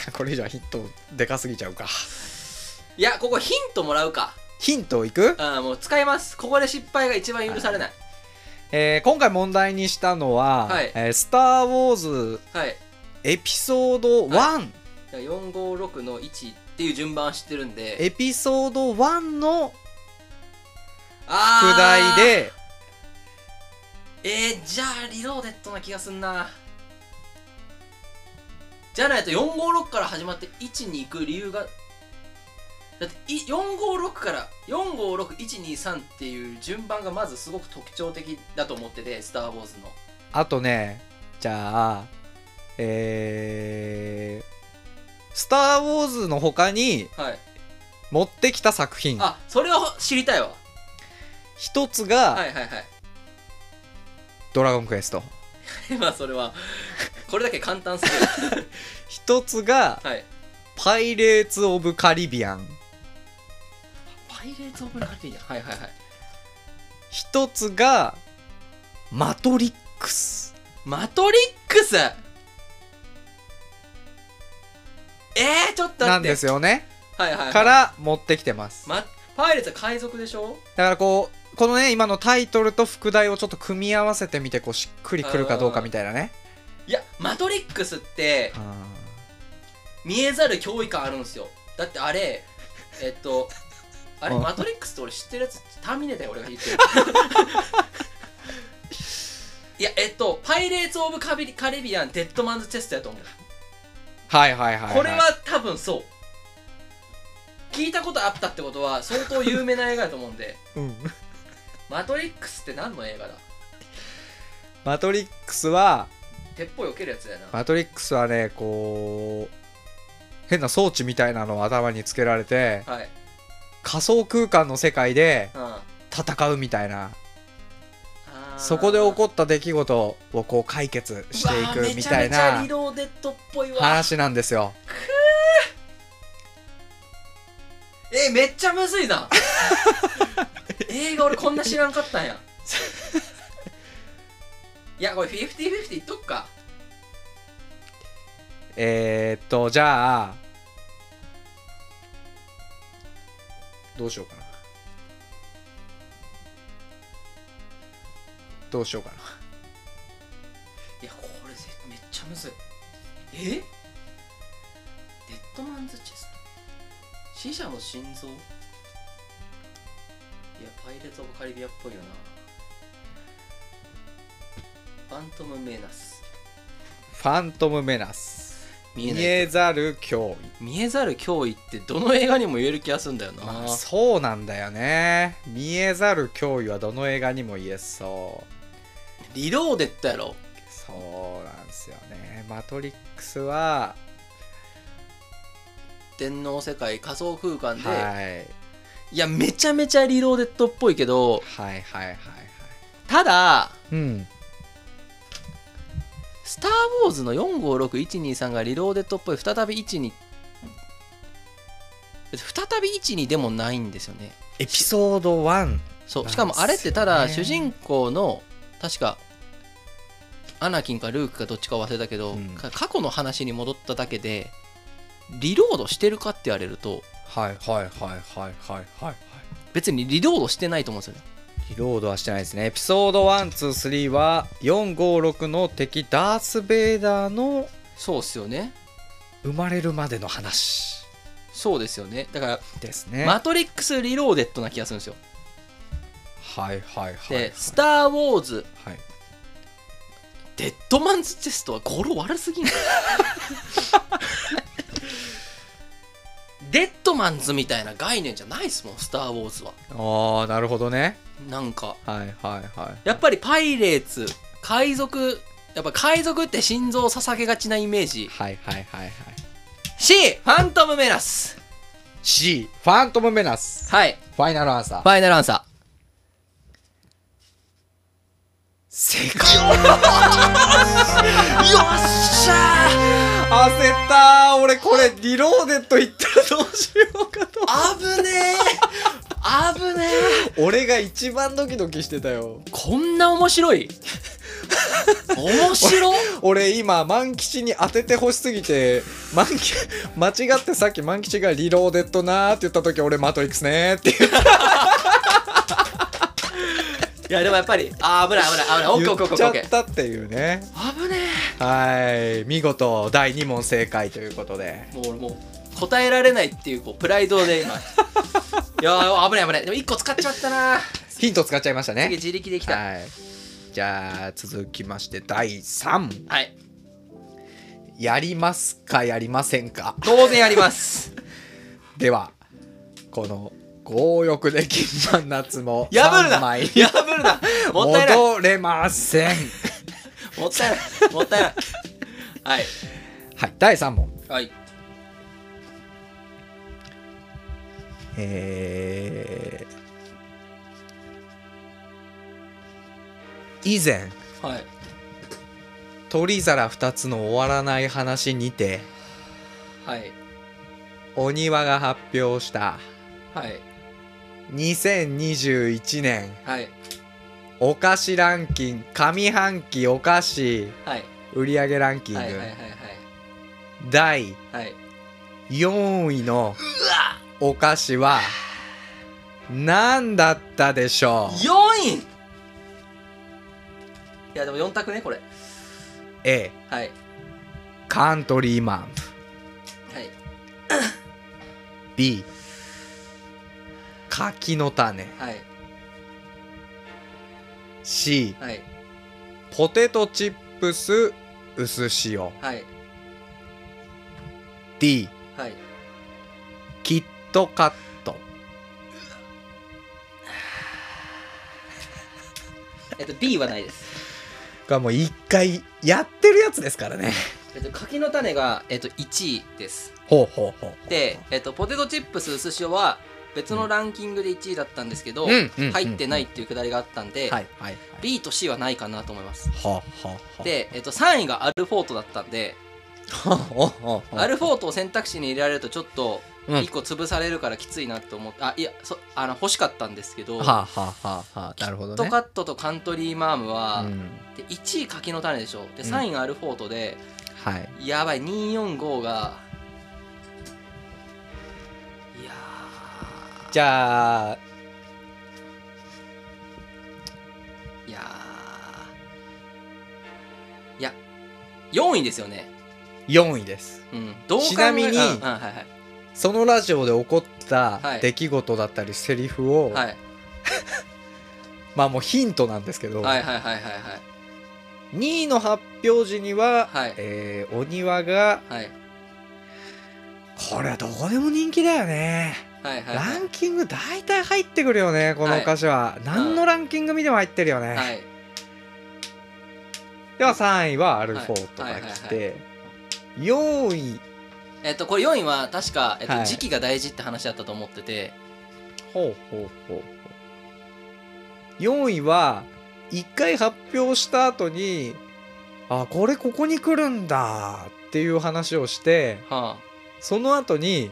S2: やこれ以上はヒントでかすぎちゃうか
S1: 日いやここヒントもらうか
S2: ヒントいく、
S1: あもう使いますここで失敗が一番許されない
S2: えー今回問題にしたのは「
S1: はい
S2: えースター・ウォーズ
S1: はい、」
S2: エピソード1、
S1: だから456の1っていう順番は知ってるんで
S2: エピソード1の
S1: あ
S2: 副題
S1: ー
S2: で
S1: えー、じゃあリローデッドな気がすんなじゃないと456から始まって1に行く理由がだってい456から456123っていう順番がまずすごく特徴的だと思ってて「スター・ウォーズの」
S2: あとねじゃあえースター・ウォーズ」の他に
S1: はい
S2: 持ってきた作品
S1: あそれは知りたいわ
S2: 一つが、
S1: はいはいはい
S2: ドラゴンクエスト
S1: まあそれはこれだけ簡単す ぎる
S2: 一つが
S1: はい
S2: パイレーツ・オブ・カリビアン
S1: パイレーツ・オブ・ラビアはいはいはい
S2: 一つがマトリックス
S1: マトリックスえー、ちょっと
S2: な
S1: 待っ
S2: ん
S1: て
S2: ですよね
S1: はいはいはい、
S2: から持ってきてますだ
S1: ま、パイレーツは海賊でしょ
S2: からこうこのね今のタイトルと副題をちょっと組み合わせてみてこうしっくりくるかどうかみたいなね
S1: いやマトリックスって
S2: あ
S1: 見えざる脅威感あるんですよだってあれえっ とあれ
S2: うん
S1: マトリックスって俺知ってるやつターミネーターよ俺が言って るいやえっとパイレーツ・オブカビリ・カリビアン・デッドマンズ・チェストやと思う、
S2: ーはいはいはい、はい、
S1: これは多分そう聞いたことあったってことは相当有名な映画だと思うん で
S2: うん
S1: マトリックスって何の映画だ
S2: マトリックスは
S1: 鉄砲よけるやつだよな、
S2: マトリックスはねこう変な装置みたいなのを頭につけられて
S1: はい、
S2: 仮想空間の世界で
S1: うんあ
S2: 戦うみたいな
S1: ー、
S2: そこで起こった出来事をこう解決していくみたいう
S1: わーめちゃめちゃ
S2: な
S1: リローデッドっぽいわ
S2: 話なんですよ。
S1: えめっちゃむずいな 映画俺こんな知らんかったんや いやこれ50-50いっとくか
S2: えー、っとじゃあどうしようかなどうしようかない
S1: やこれぜめっちゃむずいえデッドマンズチェスト死者の心臓いやパイレーツ・オブ・カリビアンっぽいよなファントム・メナス
S2: ファントムメナス
S1: 見え
S2: 見
S1: ない
S2: えざる脅威
S1: 見えざる脅威ってどの映画にも言える気がするんだよな、
S2: まあそうなんだよね見えざる脅威はどの映画にも言えそう
S1: リローデッドやろ
S2: そうなんですよねマトリックスは
S1: 天皇世界仮想空間で、
S2: はい
S1: い、やめちゃめちゃリローデッドっぽいけど
S2: はいはいはいはい
S1: ただ
S2: うん
S1: 「スター・ウォーズ」の456123がリローデッドっぽい再び12再び12でもないんですよね
S2: エピソード1
S1: そう
S2: なん
S1: しかもあれってただ
S2: す
S1: 主
S2: よ
S1: 人
S2: ね
S1: 公の確かアナキンかルークかどっちか忘れたけど、
S2: うん
S1: か過去の話に戻っただけでリロードしてるかって言われると
S2: はいはいはいはいはいはい
S1: 別にリロードしてないと思うんですよね
S2: リロードはしてないですねエピソード123は456の敵ダース・ベイダーの
S1: そうっすよね
S2: 生まれるまでの話
S1: そうですよねだから
S2: ですね、
S1: マトリックスリローデッドな気がするんですよ。
S2: はいはいはい、はい
S1: で、スター・ウォーズ、
S2: はい、
S1: デッドマンズ・チェストは語呂悪すぎんだよデッドマンズみたいな概念じゃないっすもん、スター・ウォーズは。
S2: ああなるほどね
S1: なんか、
S2: はいはいはい
S1: やっぱりパイレーツ、海賊、やっぱ海賊って心臓を捧げがちなイメージ。
S2: はいはいはいはい
S1: C、ファントム・メラス。
S2: C ファントム・メナス
S1: はい、
S2: ファイナルアンサ
S1: フ
S2: ー
S1: ァイナルアンサー。
S2: 正解よっしゃー焦ったー俺これリローデッド言ったらどうしようかと
S1: あぶね えあぶねえ
S2: 俺が一番ドキドキしてたよ
S1: こんな面白い面白
S2: 俺今万吉に当ててほしすぎて万吉間違ってさっき万吉が「リローデッドな」って言った時俺「マトリックスね」って言
S1: いやでもやっぱりあー危ない危ない危ないオッケーオッケーオ
S2: っ
S1: ッ
S2: ち
S1: ケーオッ
S2: ゃっ
S1: ケー
S2: たっていうね
S1: 危ね
S2: はい見事第2問正解ということで
S1: えもう俺もう答えられないっていうこうプライドで 今いやー危ない危ないでも1個使っちゃったな
S2: ヒント使っちゃいました
S1: 次
S2: ね
S1: 自力できたはい、
S2: はいじゃあ続きまして第3問やりますかやりませんか
S1: 当然やります
S2: ではこの強欲で金満夏も
S1: 破るな
S2: 3枚に
S1: 破るなもったいない
S2: 戻れません
S1: もったいないもったいないはい
S2: はい第3問
S1: はい
S2: えー以前
S1: はい
S2: 鳥皿2つの終わらない話にて
S1: はい
S2: お庭が発表した
S1: はい
S2: 2021年
S1: はい
S2: お菓子ランキング上半期お菓子
S1: はい
S2: 売上ランキング、
S1: はいはいはい
S2: 第
S1: はいはい
S2: 4位のお菓子は何だったでしょう
S1: 4位いやでも4択ねこれ
S2: A
S1: はい
S2: カントリーマン
S1: はい
S2: B 柿の種
S1: はい
S2: C
S1: はい
S2: ポテトチップス薄塩
S1: はい
S2: D
S1: はい
S2: キットカット
S1: えっと B はないです
S2: がもう一回やってるやつですからね
S1: えっと柿の種がえっと1位です
S2: ほうほうほう
S1: でえっとポテトチップス薄塩は別のランキングで1位だったんですけど、
S2: うんうん
S1: 入ってないっていうくだりがあったんで、
S2: はいはいはい
S1: B と C はないかなと思います
S2: ははは
S1: で、えっと、3位がアルフォートだったんで、
S2: ははは
S1: アルフォートを選択肢に入れられるとちょっと
S2: うん
S1: 1個潰されるからきついなと思ってあいやそあの欲しかったんですけど、
S2: はあはあはあはあなるほど
S1: キッ
S2: ね
S1: トカットとカントリーマームは、
S2: うん、
S1: で1位柿の種でしょで
S2: うん
S1: 3位アルフォートで、
S2: はい
S1: やばい245がいや
S2: じゃあ
S1: ーいやーいや4位ですよね
S2: 4位です
S1: うんどう考え
S2: ちなみに
S1: うんうんはいはい
S2: そのラジオで起こっ
S1: は
S2: た
S1: い
S2: 出来事だったりセリフを、
S1: はい
S2: まあもうヒントなんですけど、
S1: はいはいはいはい
S2: 2位の発表時には、
S1: はい
S2: えーお庭が
S1: はいはい
S2: これはどこでも人気だよね、
S1: はいはい
S2: ランキング大体入ってくるよねこのお菓子は、何のランキング見ても入ってるよね、
S1: はい
S2: では3位はアルフォートが来
S1: は
S2: て4位
S1: えっとこれ4位は確か、えっと
S2: はい
S1: 時期が大事って話だったと思ってて
S2: ほうほうほうほう4位は1回発表した後にあこれここに来るんだっていう話をして
S1: は
S2: その後に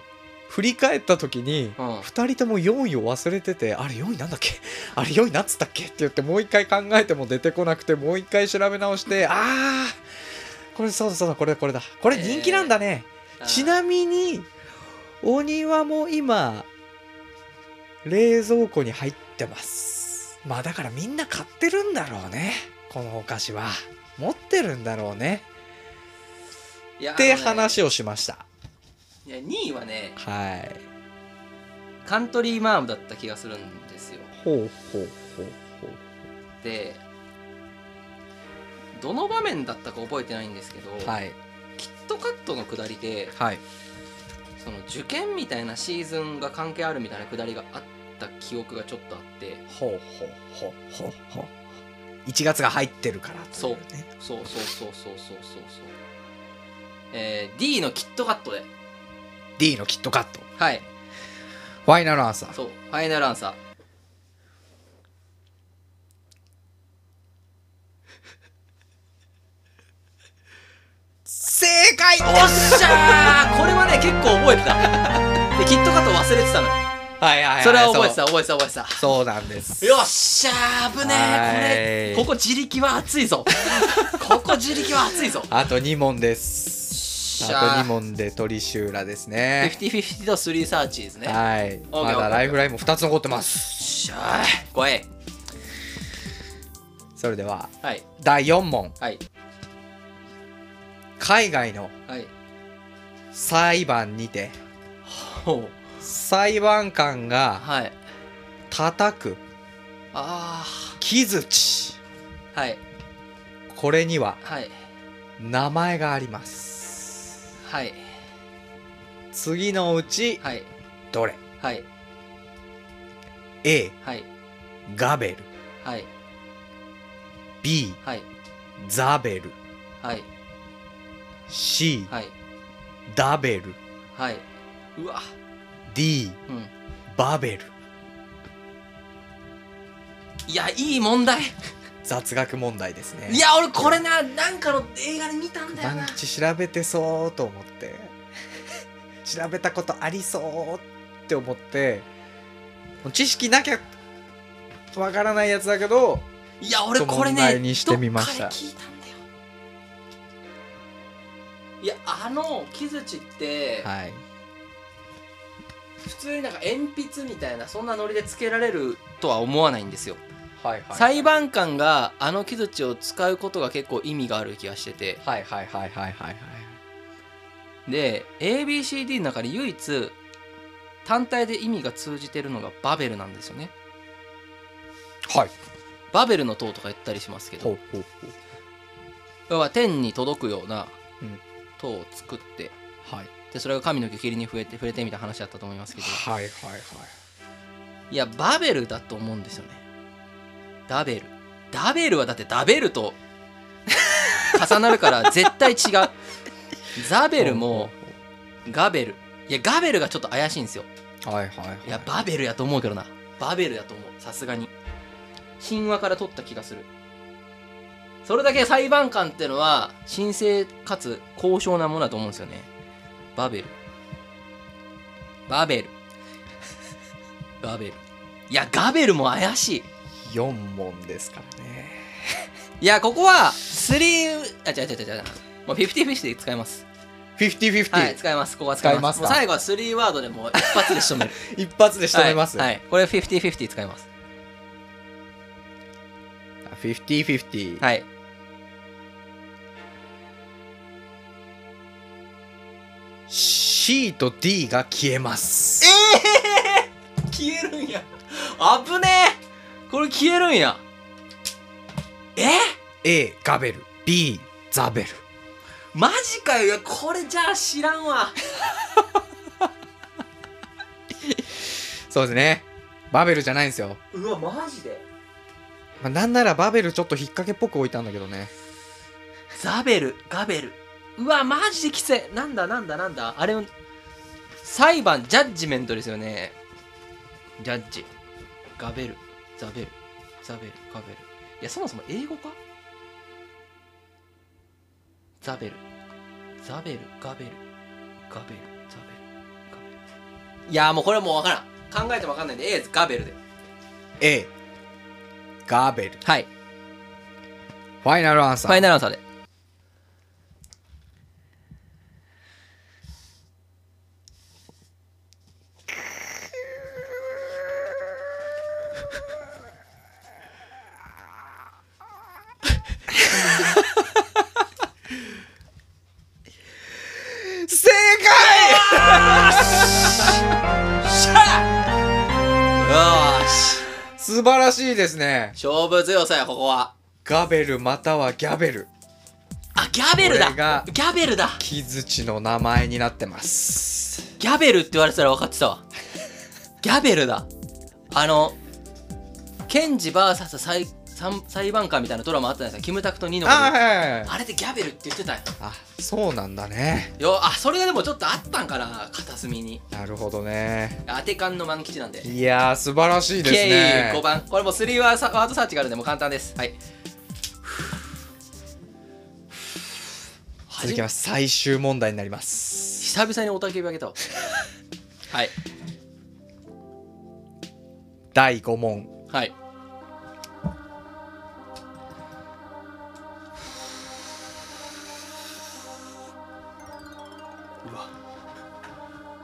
S2: 振り返った時に
S1: あ、うん、
S2: 2人とも4位を忘れててあれ4位なんだっけあれ4位なんつったっけって言ってもう一回考えても出てこなくてもう一回調べ直してあーこれそうだそうだこれだこれだこれ人気なんだね、ちなみにお庭も今冷蔵庫に入ってますまあだからみんな買ってるんだろうねこのお菓子は持ってるんだろうね
S1: にっ
S2: って話をしました
S1: いや2位はね
S2: はい
S1: カントリーマームだった気がするんですよ
S2: ほうほうほうほう
S1: でどの場面だったか覚えてないんですけど、
S2: はい
S1: キットカットの下りで
S2: はい
S1: その受験みたいなシーズンが関係あるみたいな下りがあった記憶がちょっとあって
S2: ほうほうほうほうほう1月が入ってるからといね
S1: そうそうそうそうそうそうそうえー、D のキットカットで
S2: D のキットカットフ
S1: はい
S2: ァイナルアンサー
S1: そうファイナルアンサー
S2: 正解
S1: おっしゃ ーこれはね結構覚えてたでキットカット忘れてたのよ
S2: はいはいはい
S1: それは覚えて
S2: そ
S1: た覚えてた覚えてた
S2: うそうなんです
S1: よっしゃー危ねえ
S2: はい
S1: これここ自力は熱いぞここ自力は熱いぞよっ
S2: あと2問です。
S1: しゃ
S2: あと2
S1: ー
S2: 問で鳥シューラです
S1: フィ
S2: ね
S1: フ。ティフィフティとスリーサーチですねよ
S2: はい。
S1: オーケー
S2: ま
S1: オーケ
S2: だ
S1: ー
S2: ライフラインも2つ残ってま
S1: っ
S2: す。
S1: しゃー怖い
S2: それでは
S1: はい
S2: 第4問。
S1: はい
S2: 海外の
S1: はい
S2: 裁判にて
S1: ほう
S2: 裁判官が
S1: はい
S2: 叩く
S1: あ
S2: 木槌。
S1: ーはい
S2: これには
S1: はい
S2: 名前があります。
S1: はい
S2: 次のうち
S1: はい
S2: どれ
S1: はい
S2: ?A、
S1: はい
S2: ガベル。
S1: はい
S2: B、
S1: はい
S2: ザベル。
S1: はい
S2: C、
S1: はい
S2: ダベル。
S1: はいうわ
S2: D、
S1: うん
S2: バベル。
S1: いやいい問題
S2: 雑学問題ですね。
S1: いや俺これななんかの映画で見たんだよな
S2: 毎日調べてそうと思って 調べたことありそうって思ってもう知識なきゃわからないやつだけど
S1: いや俺これ
S2: ちょっと問
S1: ね
S2: 題にしてみました
S1: どっかで聞いたんだよいやあの木槌って、
S2: はい
S1: 普通になんか鉛筆みたいなそんなノリでつけられるとは思わないんですよ、
S2: はいは
S1: 裁判官があの木槌を使うことが結構意味がある気がしてて
S2: はいはいはいはいはい
S1: で ABCD の中で唯一単体で意味が通じてるのがバベルなんですよね
S2: はい
S1: バベルの塔とか言ったりしますけど
S2: ほうほうほ
S1: 要は天に届くような
S2: うん
S1: 塔を作って
S2: うはい
S1: でそれが神の激励に触れて触れてみたいな話だったと思いますけど
S2: はいはい
S1: いやバベルだと思うんですよねダベルダベルはだってダベルと重なるから絶対違うザベルもガベルいやガベルがちょっと怪しいんですよ
S2: はいはいはい
S1: いやバベルやと思うけどなバベルやと思うさすがに神話から取った気がするそれだけ裁判官ってのは神聖かつ高尚なものだと思うんですよねバベルバベル バベルいやガベルも怪しい
S2: 4問ですからね
S1: いやここは3あ違う違う違う違うもう50-50で使います
S2: 50-50、
S1: はい使いますここは使います
S2: 使いますか
S1: もう最後は3ワードでもう一発 で仕留める
S2: 一発で仕留めます、
S1: はい、はい、これ50-50使います
S2: 50-50、
S1: はい
S2: C と D が消えます
S1: ええー、消えるんやあぶねえこれ消えるんやえ
S2: A ガベル B ザベル
S1: マジかよいやこれじゃあ知らんわ
S2: そうですねバベルじゃないんですよ、
S1: うわマジで
S2: まあ、なんならバベルちょっと引っ掛けっぽく置いたんだけどね
S1: ザベルガベルうわマジできついなんだなんだなんだあれを裁判ジャッジメントですよねジャッジガベルザベルザベルガベルいやそもそも英語かザベルザベルガベルガベルザベルガベルいやもうこれはもうわからん考えてもわかんないんで A ですガベルで
S2: A ガベルフ
S1: はい
S2: ァイナルアンサ
S1: フ
S2: ー
S1: ァイナルアンサーで
S2: 正解
S1: しゃよーし
S2: 素晴らしいですね
S1: 勝負強さやここは
S2: ガベルまたはギャベル
S1: あギャベルだ
S2: これが
S1: ギャベルだ
S2: 木槌の名前になってます
S1: ギャベルって言われてたら分かってたわギャベルだあの検事 VS 裁裁裁判官みたいなドラマあったじゃないですかキムタクとニノ
S2: あ
S1: が
S2: はいはいはい
S1: あれでギャベルって言ってたんよ
S2: あそうなんだね
S1: よあそれがでもちょっとあったんかな片隅に
S2: なるほどね
S1: 当て勘の満吉なんで
S2: いやー素晴らしいですね
S1: K5 番これも3はさワードサーチがあるんでもう簡単ですはい
S2: 続きます最終問題になります
S1: 久々におたけびあ げたわはい
S2: 第5問
S1: はい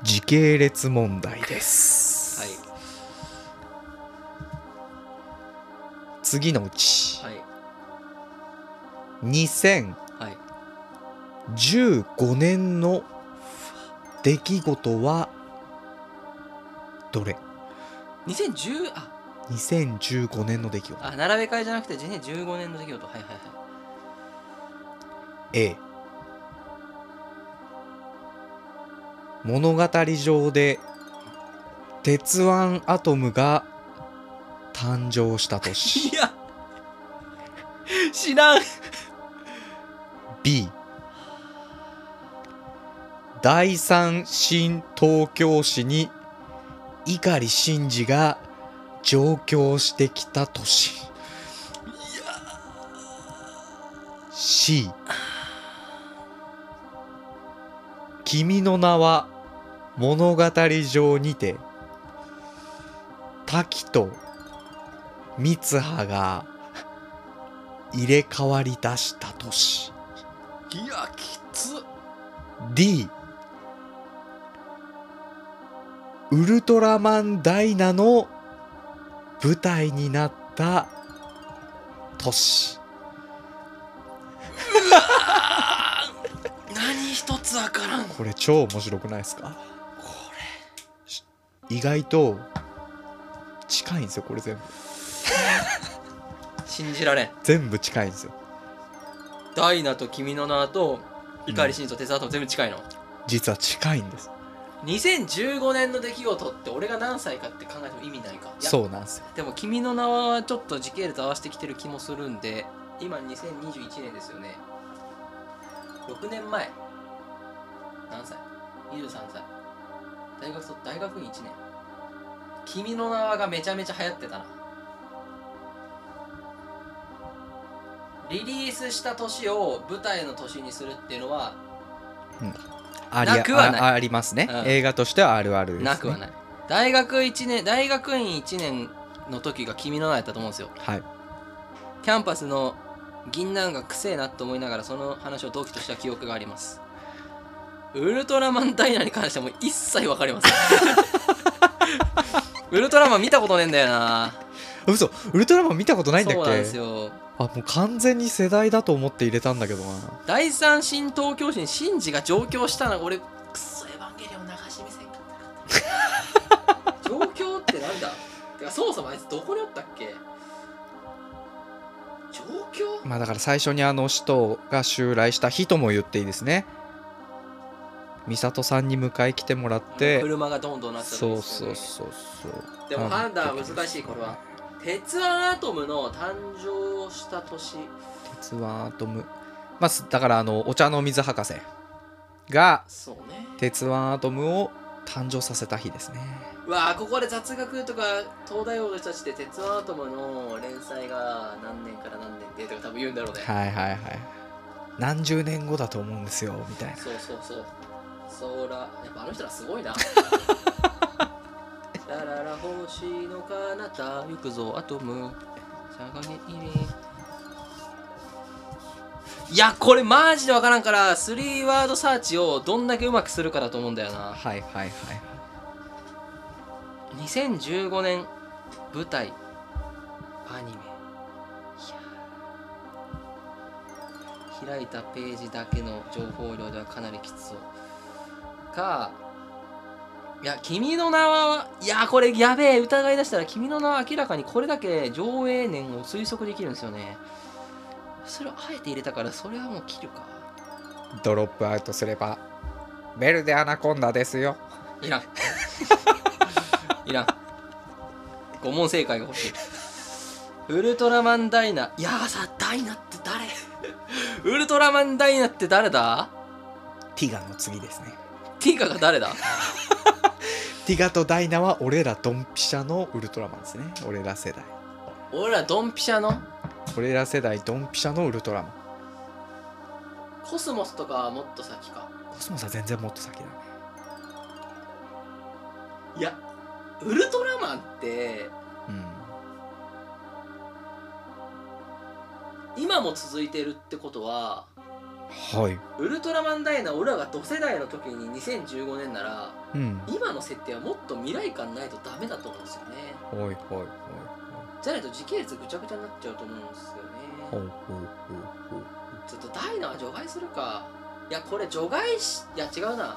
S2: 時系列問題です、
S1: はい
S2: 次のうち、
S1: はいはい
S2: 2015年の出来事はどれ
S1: 2010あ
S2: 2015年の出来事
S1: あ並べ替えじゃなくて2015年の出来事はいはいはい
S2: A 物語上で鉄腕アトムが誕生した年
S1: いや知らん
S2: B 第三新東京市に碇シンジが上京してきた年 C 君の名は物語上にて滝と三葉が入れ替わり出した年
S1: いやきつ
S2: D ウルトラマンダイナの舞台になった年
S1: 何一つわからんこ
S2: これ超面白くないですか
S1: れ
S2: 意外と近いんですよこれ全部
S1: 信じられん
S2: 全部近いんですよ
S1: ダイナと君の名と碇シンとテサートも全部近いの、
S2: 実は近いんです
S1: 2015年の出来事って俺が何歳かって考えても意味ないかいや
S2: そうなんですよ
S1: でも君の名はちょっと時系列合わせてきてる気もするんで今2021年ですよね6年前何歳 ?23 歳大学卒大学院1年君の名はがめちゃめちゃ流行ってたなリリースした年を舞台の年にするっていうのは、
S2: うんあり
S1: なくはない
S2: あありますね、
S1: うん
S2: 映画としてはあるあるです、ね、
S1: なくはないい大学一年大学院1年の時が君の名やったと思うんですよ
S2: はい
S1: キャンパスの銀杏がくせえなと思いながらその話を同期とした記憶がありますウルトラマンダイナに関してはもう一切分かりませ んウルトラマン見たことねえんだよな
S2: 嘘ウルトラマン見たことないんだっ
S1: そ
S2: け
S1: うなんですよ
S2: あもう完全に世代だと思って入れたんだけどな
S1: 第三新東京市にシンジが上京したら俺クソエヴァンゲリオン流し見せんか った上京ってなんだてかそもそもあいつどこにおったっけ上京
S2: まあだから最初にあの使徒が襲来した日とも言っていいですね美里さんに迎え来てもらって
S1: 車がどんどんなってた
S2: そ
S1: ん
S2: う
S1: ですよね
S2: そうそうそう
S1: でも判断は難しいこれは鉄腕アトムの誕生した年
S2: 鉄腕アトムまあすだからあのお茶の水博士が
S1: そうね
S2: 鉄腕アトムを誕生させた日ですね
S1: うわあここで雑学とか東大王の人たちで鉄腕アトムの連載が何年から何年でとか多分言うんだろうね
S2: はいはいはい何十年後だと思うんですよみたいな
S1: そうそうそう。ソーラやっぱあの人らすごい な。ラララ星の彼方行くぞアトム。しゃがげ入れいやこれマジでわからんから3ワードサーチをどんだけうまくするかだと思うんだよな
S2: はいはいはい
S1: 2015年舞台アニメいやー開いたページだけの情報量ではかなりきつそうかいや「君の名はいやーこれやべえ疑い出したら「君の名は明らかにこれだけ上映年を推測できるんですよねそれをあえて入れたからそれはもう切るか
S2: ドロップアウトすればベルでアナコンダですよ
S1: い らんいらん5問正解が欲しいウルトラマンダイナいやーさダイナって誰ウルトラマンダイナって誰だ
S2: ティガの次ですね
S1: ティガが誰だ
S2: ティガとダイナは俺らドンピシャのウルトラマンですね俺ら世代
S1: 俺らドンピシャの
S2: 俺ら世代ドンピシャのウルトラマン
S1: コスモスとかはもっと先か
S2: コスモスは全然もっと先だね
S1: いやウルトラマンって
S2: うん
S1: 今も続いてるってことは
S2: はい
S1: ウルトラマンダイナ俺らが同世代の時に2015年なら
S2: うん
S1: 今の設定はもっと未来感ないとダメだと思うんですよね
S2: はいはいはい
S1: じゃないと時系列ぐちゃぐちゃになっちゃうと思うんです
S2: ほ
S1: よね
S2: うほうほうほう
S1: ちょっとダイナは除外するかいやこれ除外しいや違うな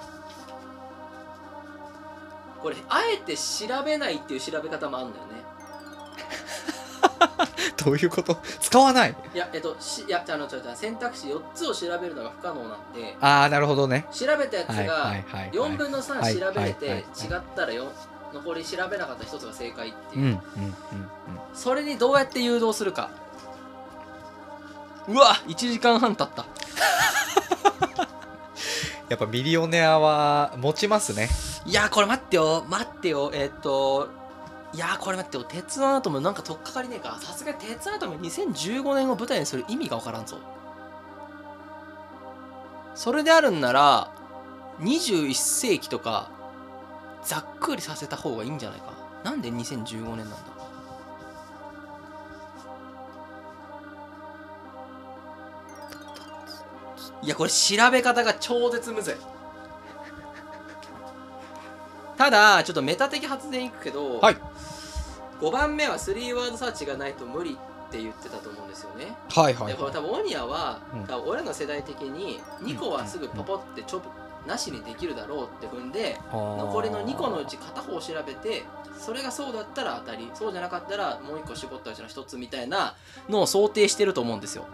S1: これあえて調べないっていう調べ方もあるんだよね
S2: どういうこと使わない
S1: いやえっとしいやあの違う違う選択肢4つを調べるのが不可能なんで
S2: ああなるほどね
S1: 調べたやつ
S2: はいはい
S1: が
S2: はい
S1: 4分の
S2: は
S1: 3
S2: い
S1: 調べれて
S2: はい
S1: 違
S2: は
S1: っ
S2: い
S1: たらよ残り調べなかった1つが正解って
S2: う
S1: い
S2: ん
S1: う、
S2: うんうん
S1: それにどうやって誘導するかうわ1時間半経った
S2: やっぱミリオネアは持ちますね
S1: いやーこれ待ってよ待ってよえーっといやーこれ待ってよ鉄腕アトムなんか取っかかりねえかさすがに鉄腕アトム2015年を舞台にする意味がわからんぞそれであるんなら21世紀とかざっくりさせた方がいいんじゃないかなんで2015年なんだいやこれ調べ方が超絶むずいただちょっとメタ的発言いくけど、
S2: はい
S1: 5番目は3ワードサーチがないと無理って言ってたと思うんですよね
S2: はいは
S1: でこれ多分オニアは、
S2: うん
S1: 多分俺らの世代的に2個はすぐポポってちょぶなしにできるだろうって踏んで残
S2: 残
S1: りの2個のうち片方を調べてそれがそうだったら当たりそうじゃなかったらもう1個絞ったうちの1つみたいなのを想定してると思うんですよ。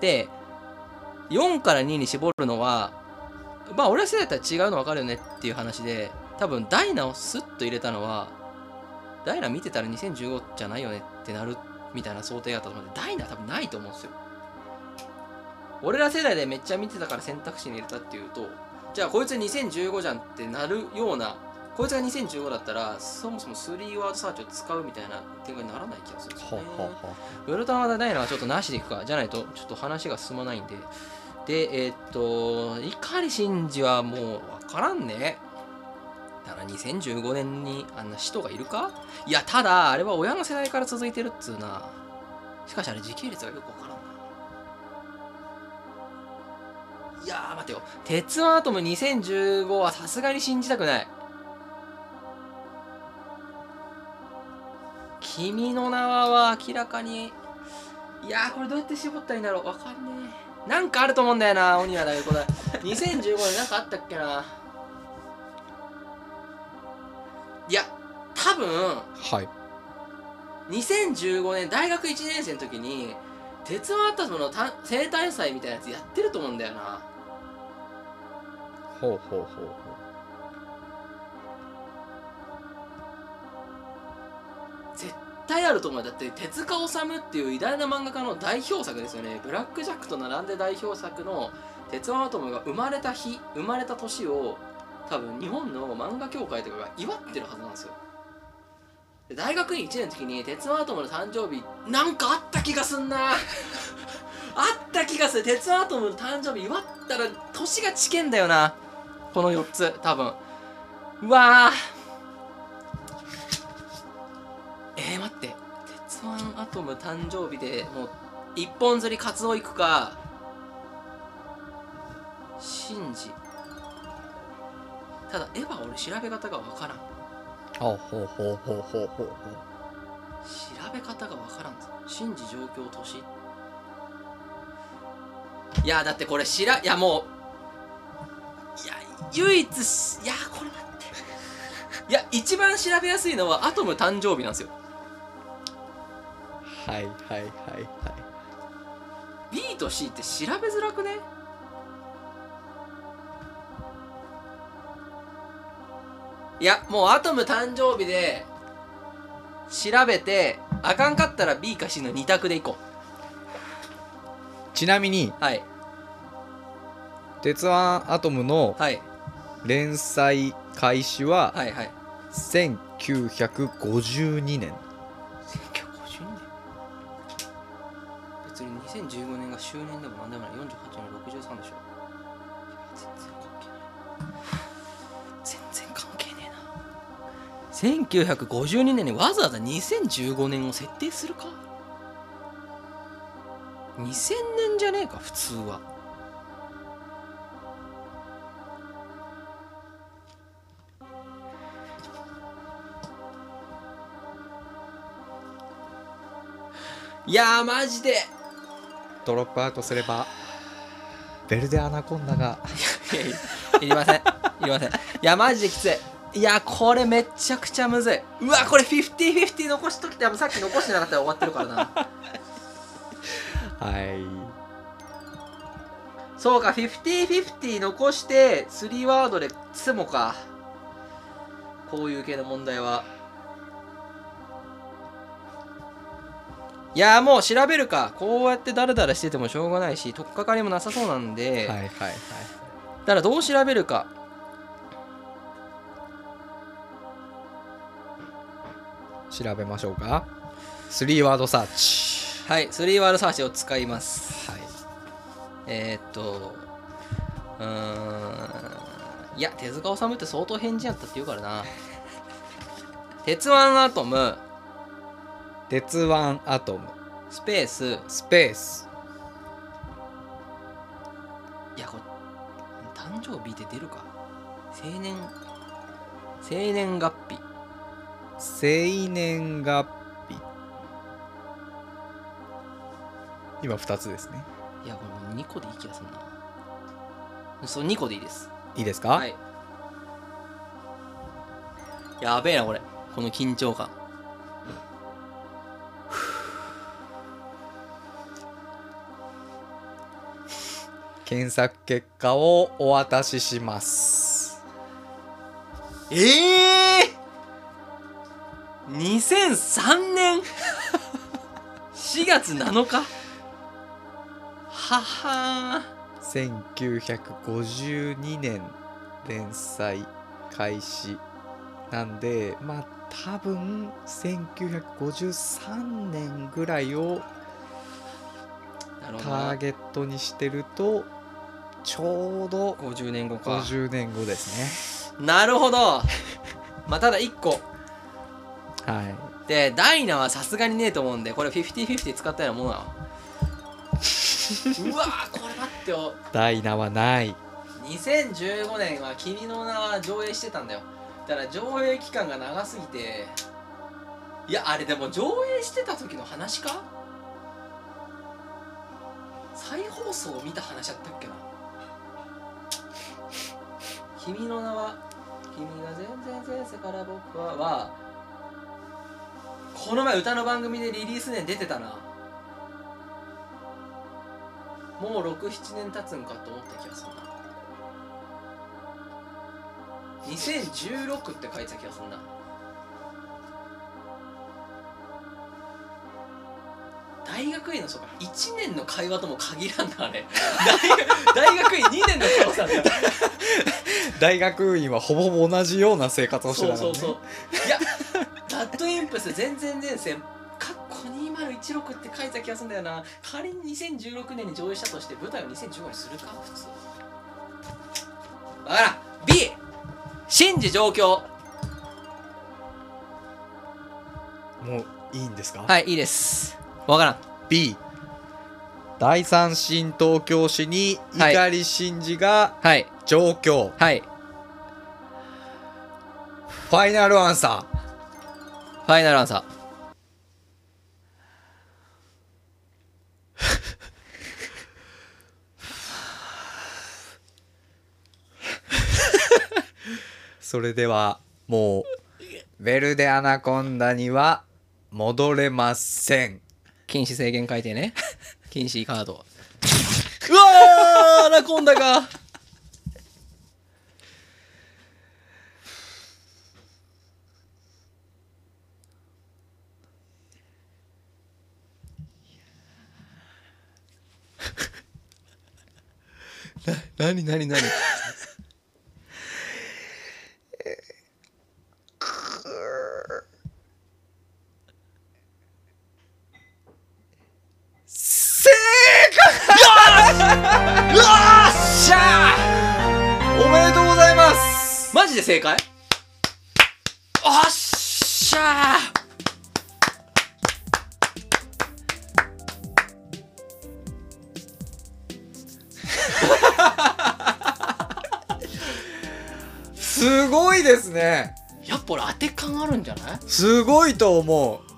S1: で4から2に絞るのはまあ俺ら世代だったら違うの分かるよねっていう話で多分ダイナをスッと入れたのはダイナ見てたら2015じゃないよねってなるみたいな想定があったと思うんでダイナは多分ないと思うんですよ。俺ら世代でめっちゃ見てたから選択肢に入れたっていうとじゃあこいつ2015じゃんってなるようなこいつが2015だったらそもそも3ワードサーチを使うみたいな展開にならない気がするんですよね。ウルトラマンダイナはちょっとなしでいくかじゃないとちょっと話が進まないんででえーっと碇シンジはもう分からんねだから2015年にあんな人がいるかいやただあれは親の世代から続いてるっつうなしかしあれ時系列がよく分からんないやー待てよ「鉄腕アトム2015」はさすがに信じたくない君の名は明らかにいやーこれどうやって絞ったらいいんだろうわかんねえなんかあると思うんだよな鬼はだけどこれ2015年なんかあったっけないや多分
S2: はい
S1: 2015年大学1年生の時に鉄腕アトムのた生誕祭みたいなやつやってると思うんだよな
S2: ほうほうほうほ
S1: 絶対あると思うよだって手塚治虫っていう偉大な漫画家の代表作ですよねブラック・ジャックと並んで代表作の「鉄腕アトム」が生まれた日生まれた年を多分日本の漫画協会とかが祝ってるはずなんですよで大学院1年の時に「鉄腕アトム」の誕生日なんかあった気がすんなあった気がする「鉄腕アトム」の誕生日祝ったら年が近いんだよなこの4つ多分うわーえー、待って「鉄腕アトム」誕生日でもう一本釣りカツオ行くかシンジただエヴァ俺調べ方が分からん
S2: うほうほうほうほうほうほう
S1: 調べ方が分からんぞシンジ状況都市いやだってこれしらいやもういや唯一しいやこれ待っていや一番調べやすいのはアトム誕生日なんですよ
S2: はいはいはいは
S1: B と C って調べづらくねいやもうアトム誕生日で調べてあかんかったら B か C の2択でいこ
S2: いちなみに
S1: うはい
S2: 「鉄腕アトム」の
S1: はい
S2: 連載開始は
S1: はいはい
S2: 1952年
S1: 1950年別に2015年が周年でも何でもない48年63でしょ全然関係ない全然関係ねえな1952年にわざわざ2015年を設定するか2000年じゃねえか普通はいやーマジで
S2: ドロップアウトすればベルデアナコンダが
S1: いやいや いりませんいりませんいやマジできついいやこれめちゃくちゃむずいうわこれ50-50残しときてさっき残してなかったら終わってるから な
S2: はい
S1: そうか50-50残して3ワードで「つも」かこういう系の問題はいやもう調べるかこうやってダラダラしててもしょうがないし取っかかりもなさそうなんで、
S2: はいはいはい
S1: だからどう調べるか
S2: 調べましょうか3ワードサーチ
S1: はい3ワードサーチを使います
S2: はい
S1: えー、っと、うーん、いや、手塚治虫って相当変人やったって言うからな。鉄腕アトム、
S2: 「鉄腕アトム
S1: スペース、い」
S2: スペース
S1: や、これ、誕生日で出るか。青年、青年月日。
S2: 生年月日今2つですね
S1: いや、これもう2個でいい気がするな。そう、2個でいいです。
S2: いいですか、
S1: はい。やべえな、これ。この緊張感。
S2: 検索結果をお渡しします
S1: ええー、!2003 年 !4 月7日はは
S2: 1952年連載開始なんでまあ多分1953年ぐらいを
S1: ーなるほど
S2: ター
S1: な
S2: ゲットにしてるとちょうど
S1: 50年後か
S2: 50年後です
S1: なるほどまあただ1個
S2: ねは
S1: でダイナはさすがにねえと思うんでこれ50/50使ったようなもんなの うわーこれ待ってよ
S2: いダイナ はない
S1: 2015年は「君の名は」上映してたんだよだから上映期間が長すぎていやあれでも上映してた時の話か再放送を見た話だったっけな「君の名は」「君が全然前世から僕は」はこの前歌の番組でリリース年出てたなもう67年経つんかと思った気がするな2016って書いてた気がするな大学院のそうか1年の会話とも限らんなあれ 大学大学院2年の会話さ
S2: 大学院はほぼほぼ同じような生活をしてたから
S1: そ
S2: ね
S1: うそうそういやラッドインプス全然前線かっこ2016って書いてた気がするんだよな仮に2016年に上映したとして舞台を2015年にするか普通わからん B 真事状況
S2: もういいんですか、
S1: はいいいですわからん
S2: B 第三新東京市に
S1: はい
S2: 碇真司が
S1: はい
S2: 上京、
S1: はい
S2: ファイナルアンサー
S1: ファイナルアンサ
S2: それではもうベルデアナコンダには戻れません
S1: ー禁止制限書いてね 禁止カードうわーアナコンダが
S2: なになになに正解よっしゃーおめでとうございます
S1: マジで正解おっしゃ
S2: すごいですね
S1: ーやっぱ俺当て感あるんじゃない
S2: すごいと思う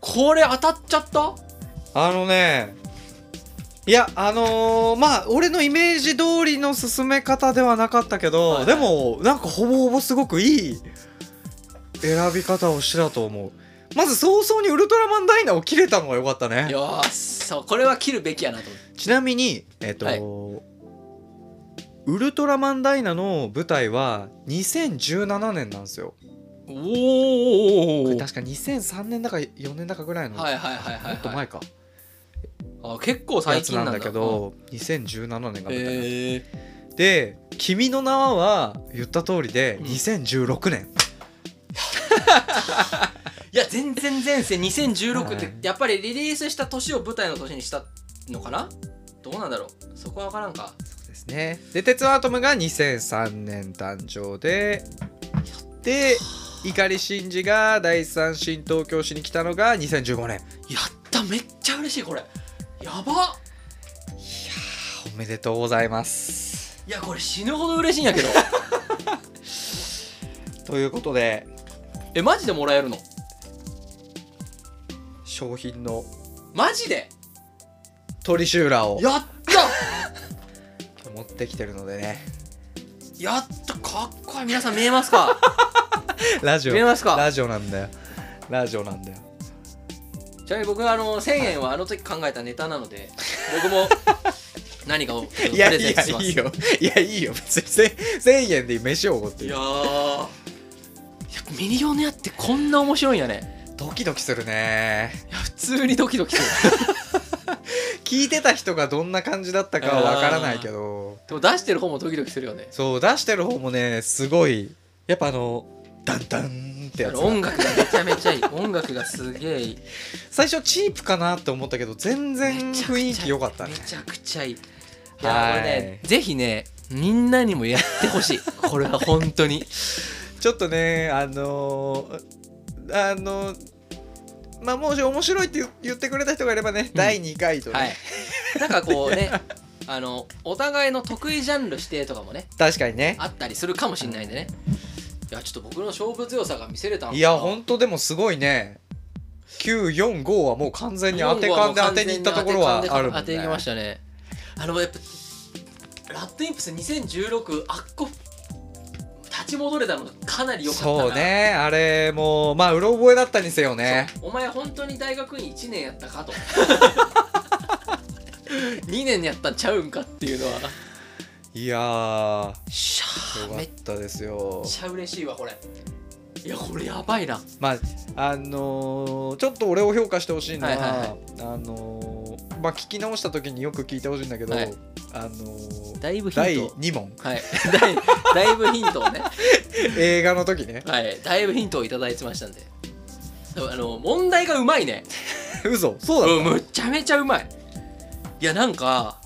S1: これ当たっちゃった
S2: あのねいやあのーまあ俺のイメージ通りの進め方ではなかったけど、
S1: はいはい
S2: でもなんかほぼほぼすごくいい選び方をしてたと思うまず早々にウルトラマンダイナを切れたのが良かったね
S1: よーしそうこれは切るべきやなと思って
S2: ちなみにえっ、と、
S1: はい
S2: ウルトラマンダイナの舞台は2017年なんですよ
S1: お
S2: これ
S1: ー
S2: 確か2003年だか4年だかぐらいの、
S1: はいはいはいはい、
S2: もっと
S1: はい
S2: 前か、
S1: あ結構最
S2: やつ
S1: 近
S2: な
S1: なんんだ
S2: だけど、2017年が
S1: うん
S2: 舞台なんですよ
S1: へえ
S2: で「君の名は」は言った通りで
S1: うん
S2: 2016年、
S1: いや全然前世2016っ
S2: は
S1: て
S2: い
S1: やっぱりリリースした年を舞台の年にしたのかなどうなんだろうそこは分からんか
S2: そうですねで「鉄腕アトム」が2003年誕生でで碇シンジが第三新東京市に来たのが2015年
S1: やっためっちゃ嬉しいこれやばっ
S2: おめでとうございます
S1: いやこれ死ぬほど嬉しいん やけど
S2: ということで
S1: えマジでもらえるの
S2: 商品の
S1: マジで
S2: トリシューラーを
S1: やった
S2: 持ってきてるのでね
S1: やったかっこいい皆さん見えます か
S2: ラジ
S1: 見え
S2: オ
S1: ますか
S2: ラジオなんだよラジオなんだよ
S1: ちなみに僕はあの1000円はあの時考えたネタなので僕 も何かをプ
S2: いや
S1: レ
S2: い
S1: ゼント
S2: や
S1: します
S2: いいよいやいいよ別に1000円で飯をおごって
S1: い
S2: る
S1: やーやっぱミリオネアってこんな面白いんやね
S2: ドキドキするね
S1: いや普通にドキドキする
S2: 聞いてた人がどんな感じだったかはわからないけど
S1: でも出してる方もドキドキするよね
S2: そう出してる方もねすごいやっぱあのダンダンってやつ
S1: 音楽がめちゃめちゃいい音楽がすげえいい
S2: 最初チープかなって思ったけど全然
S1: めちゃくちゃ
S2: 雰囲気良かったね
S1: めちゃくちゃいいいやこれ
S2: は
S1: ね
S2: い
S1: ぜひねみんなにもやってほ しいこれは本当に
S2: ちょっとねあのーあのーまあもし面白いって言言ってくれた人がいればね、第2回とね、
S1: はいなんかこうねあのお互いの得意ジャンル指定とかもね
S2: 確かにね
S1: あったりするかもしれないんでねいやちょっと僕の勝負強さが見せれたのかない
S2: やほんとでもすごいね945はもう完全に当て勘で当てに行ったところはあるもんね
S1: 当てに行きましたねあのやっぱラッドインプス2016あっこ立ち戻れたのがかなり良かったな
S2: そうねあれもまあうろ覚えだったにせよね
S1: そうお前本当に大学院1年やったかと 2年やったんちゃうんかっていうのはい
S2: やーよ
S1: しゃー
S2: か
S1: め
S2: っ
S1: った
S2: ですよ
S1: ちゃ嬉しいわこれいやこれやばいな
S2: まああのーちょっと俺を評価してほしいの
S1: は
S2: は,、
S1: いはいはい
S2: あのーまあ聞き直した時によく聞いてほしいんだけど、
S1: はい
S2: あのー
S1: だいぶヒ
S2: 第
S1: ント
S2: 2問
S1: はいだいだいぶヒントをね
S2: 映画の時ね
S1: はいだいぶヒントをいただいてましたんででもあの問題がうまいね
S2: 嘘そうだ
S1: う
S2: っ
S1: ん
S2: た、
S1: むちゃめちゃうまいいやなんか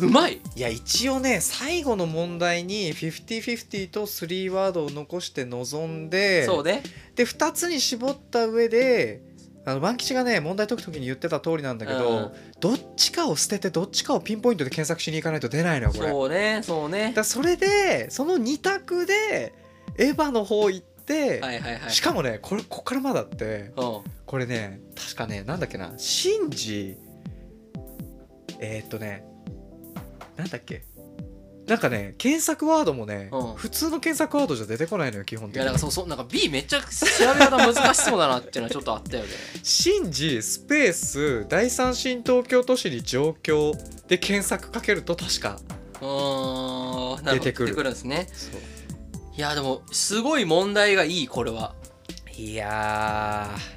S1: うまい
S2: いや一応ね最後の問題に50/50と3ワードを残して臨んで
S1: そうね
S2: で2つに絞った上であの万吉がね問題解く時に言ってた通りなんだけど、
S1: うん
S2: どっちかを捨ててどっちかをピンポイントで検索しに行かないと出ないのよこれだか
S1: そうねそうね
S2: らそれでその2択でエヴァの方行って、
S1: はいはいはい
S2: しかもねこれこっからまだあって
S1: うん
S2: これね確かねなんだっけなシンジえー、っとねなんだっけなんかね検索ワードもね、
S1: うん
S2: 普通の検索ワードじゃ出てこないのよ基本
S1: い
S2: 的
S1: や
S2: に
S1: なんかそうそうなんか B めっちゃ調べ方難しそうだなっていうのはちょっとあったよね
S2: シンジスペース第三新東京都市に上京で検索かけると確か
S1: うーんなるほど
S2: 出てくる
S1: 出てくるんですねいやでもすごい問題がいいこれはい
S2: やー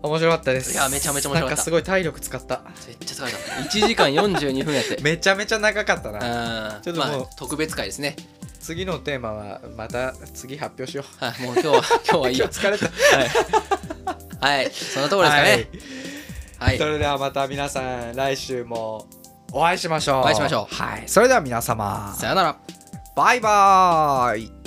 S2: 面白かったです
S1: いやめちゃめちゃ面白かった
S2: なんかすごい体力使った
S1: めっちゃ疲れた1時間42分や って
S2: めちゃめちゃ長かったな
S1: うん
S2: ちょっと
S1: ま
S2: もう
S1: あ特別会ですね
S2: 次のテーマはまた次発表しよう
S1: はいもう今日は今日はいい
S2: 今
S1: よ
S2: 日疲れた
S1: はい、はい、そんなところですかねはい、
S2: それではまた皆さん来週もお会いしましょう
S1: お会いしましょう
S2: はいそれでは皆様
S1: さよなら
S2: バイバーイ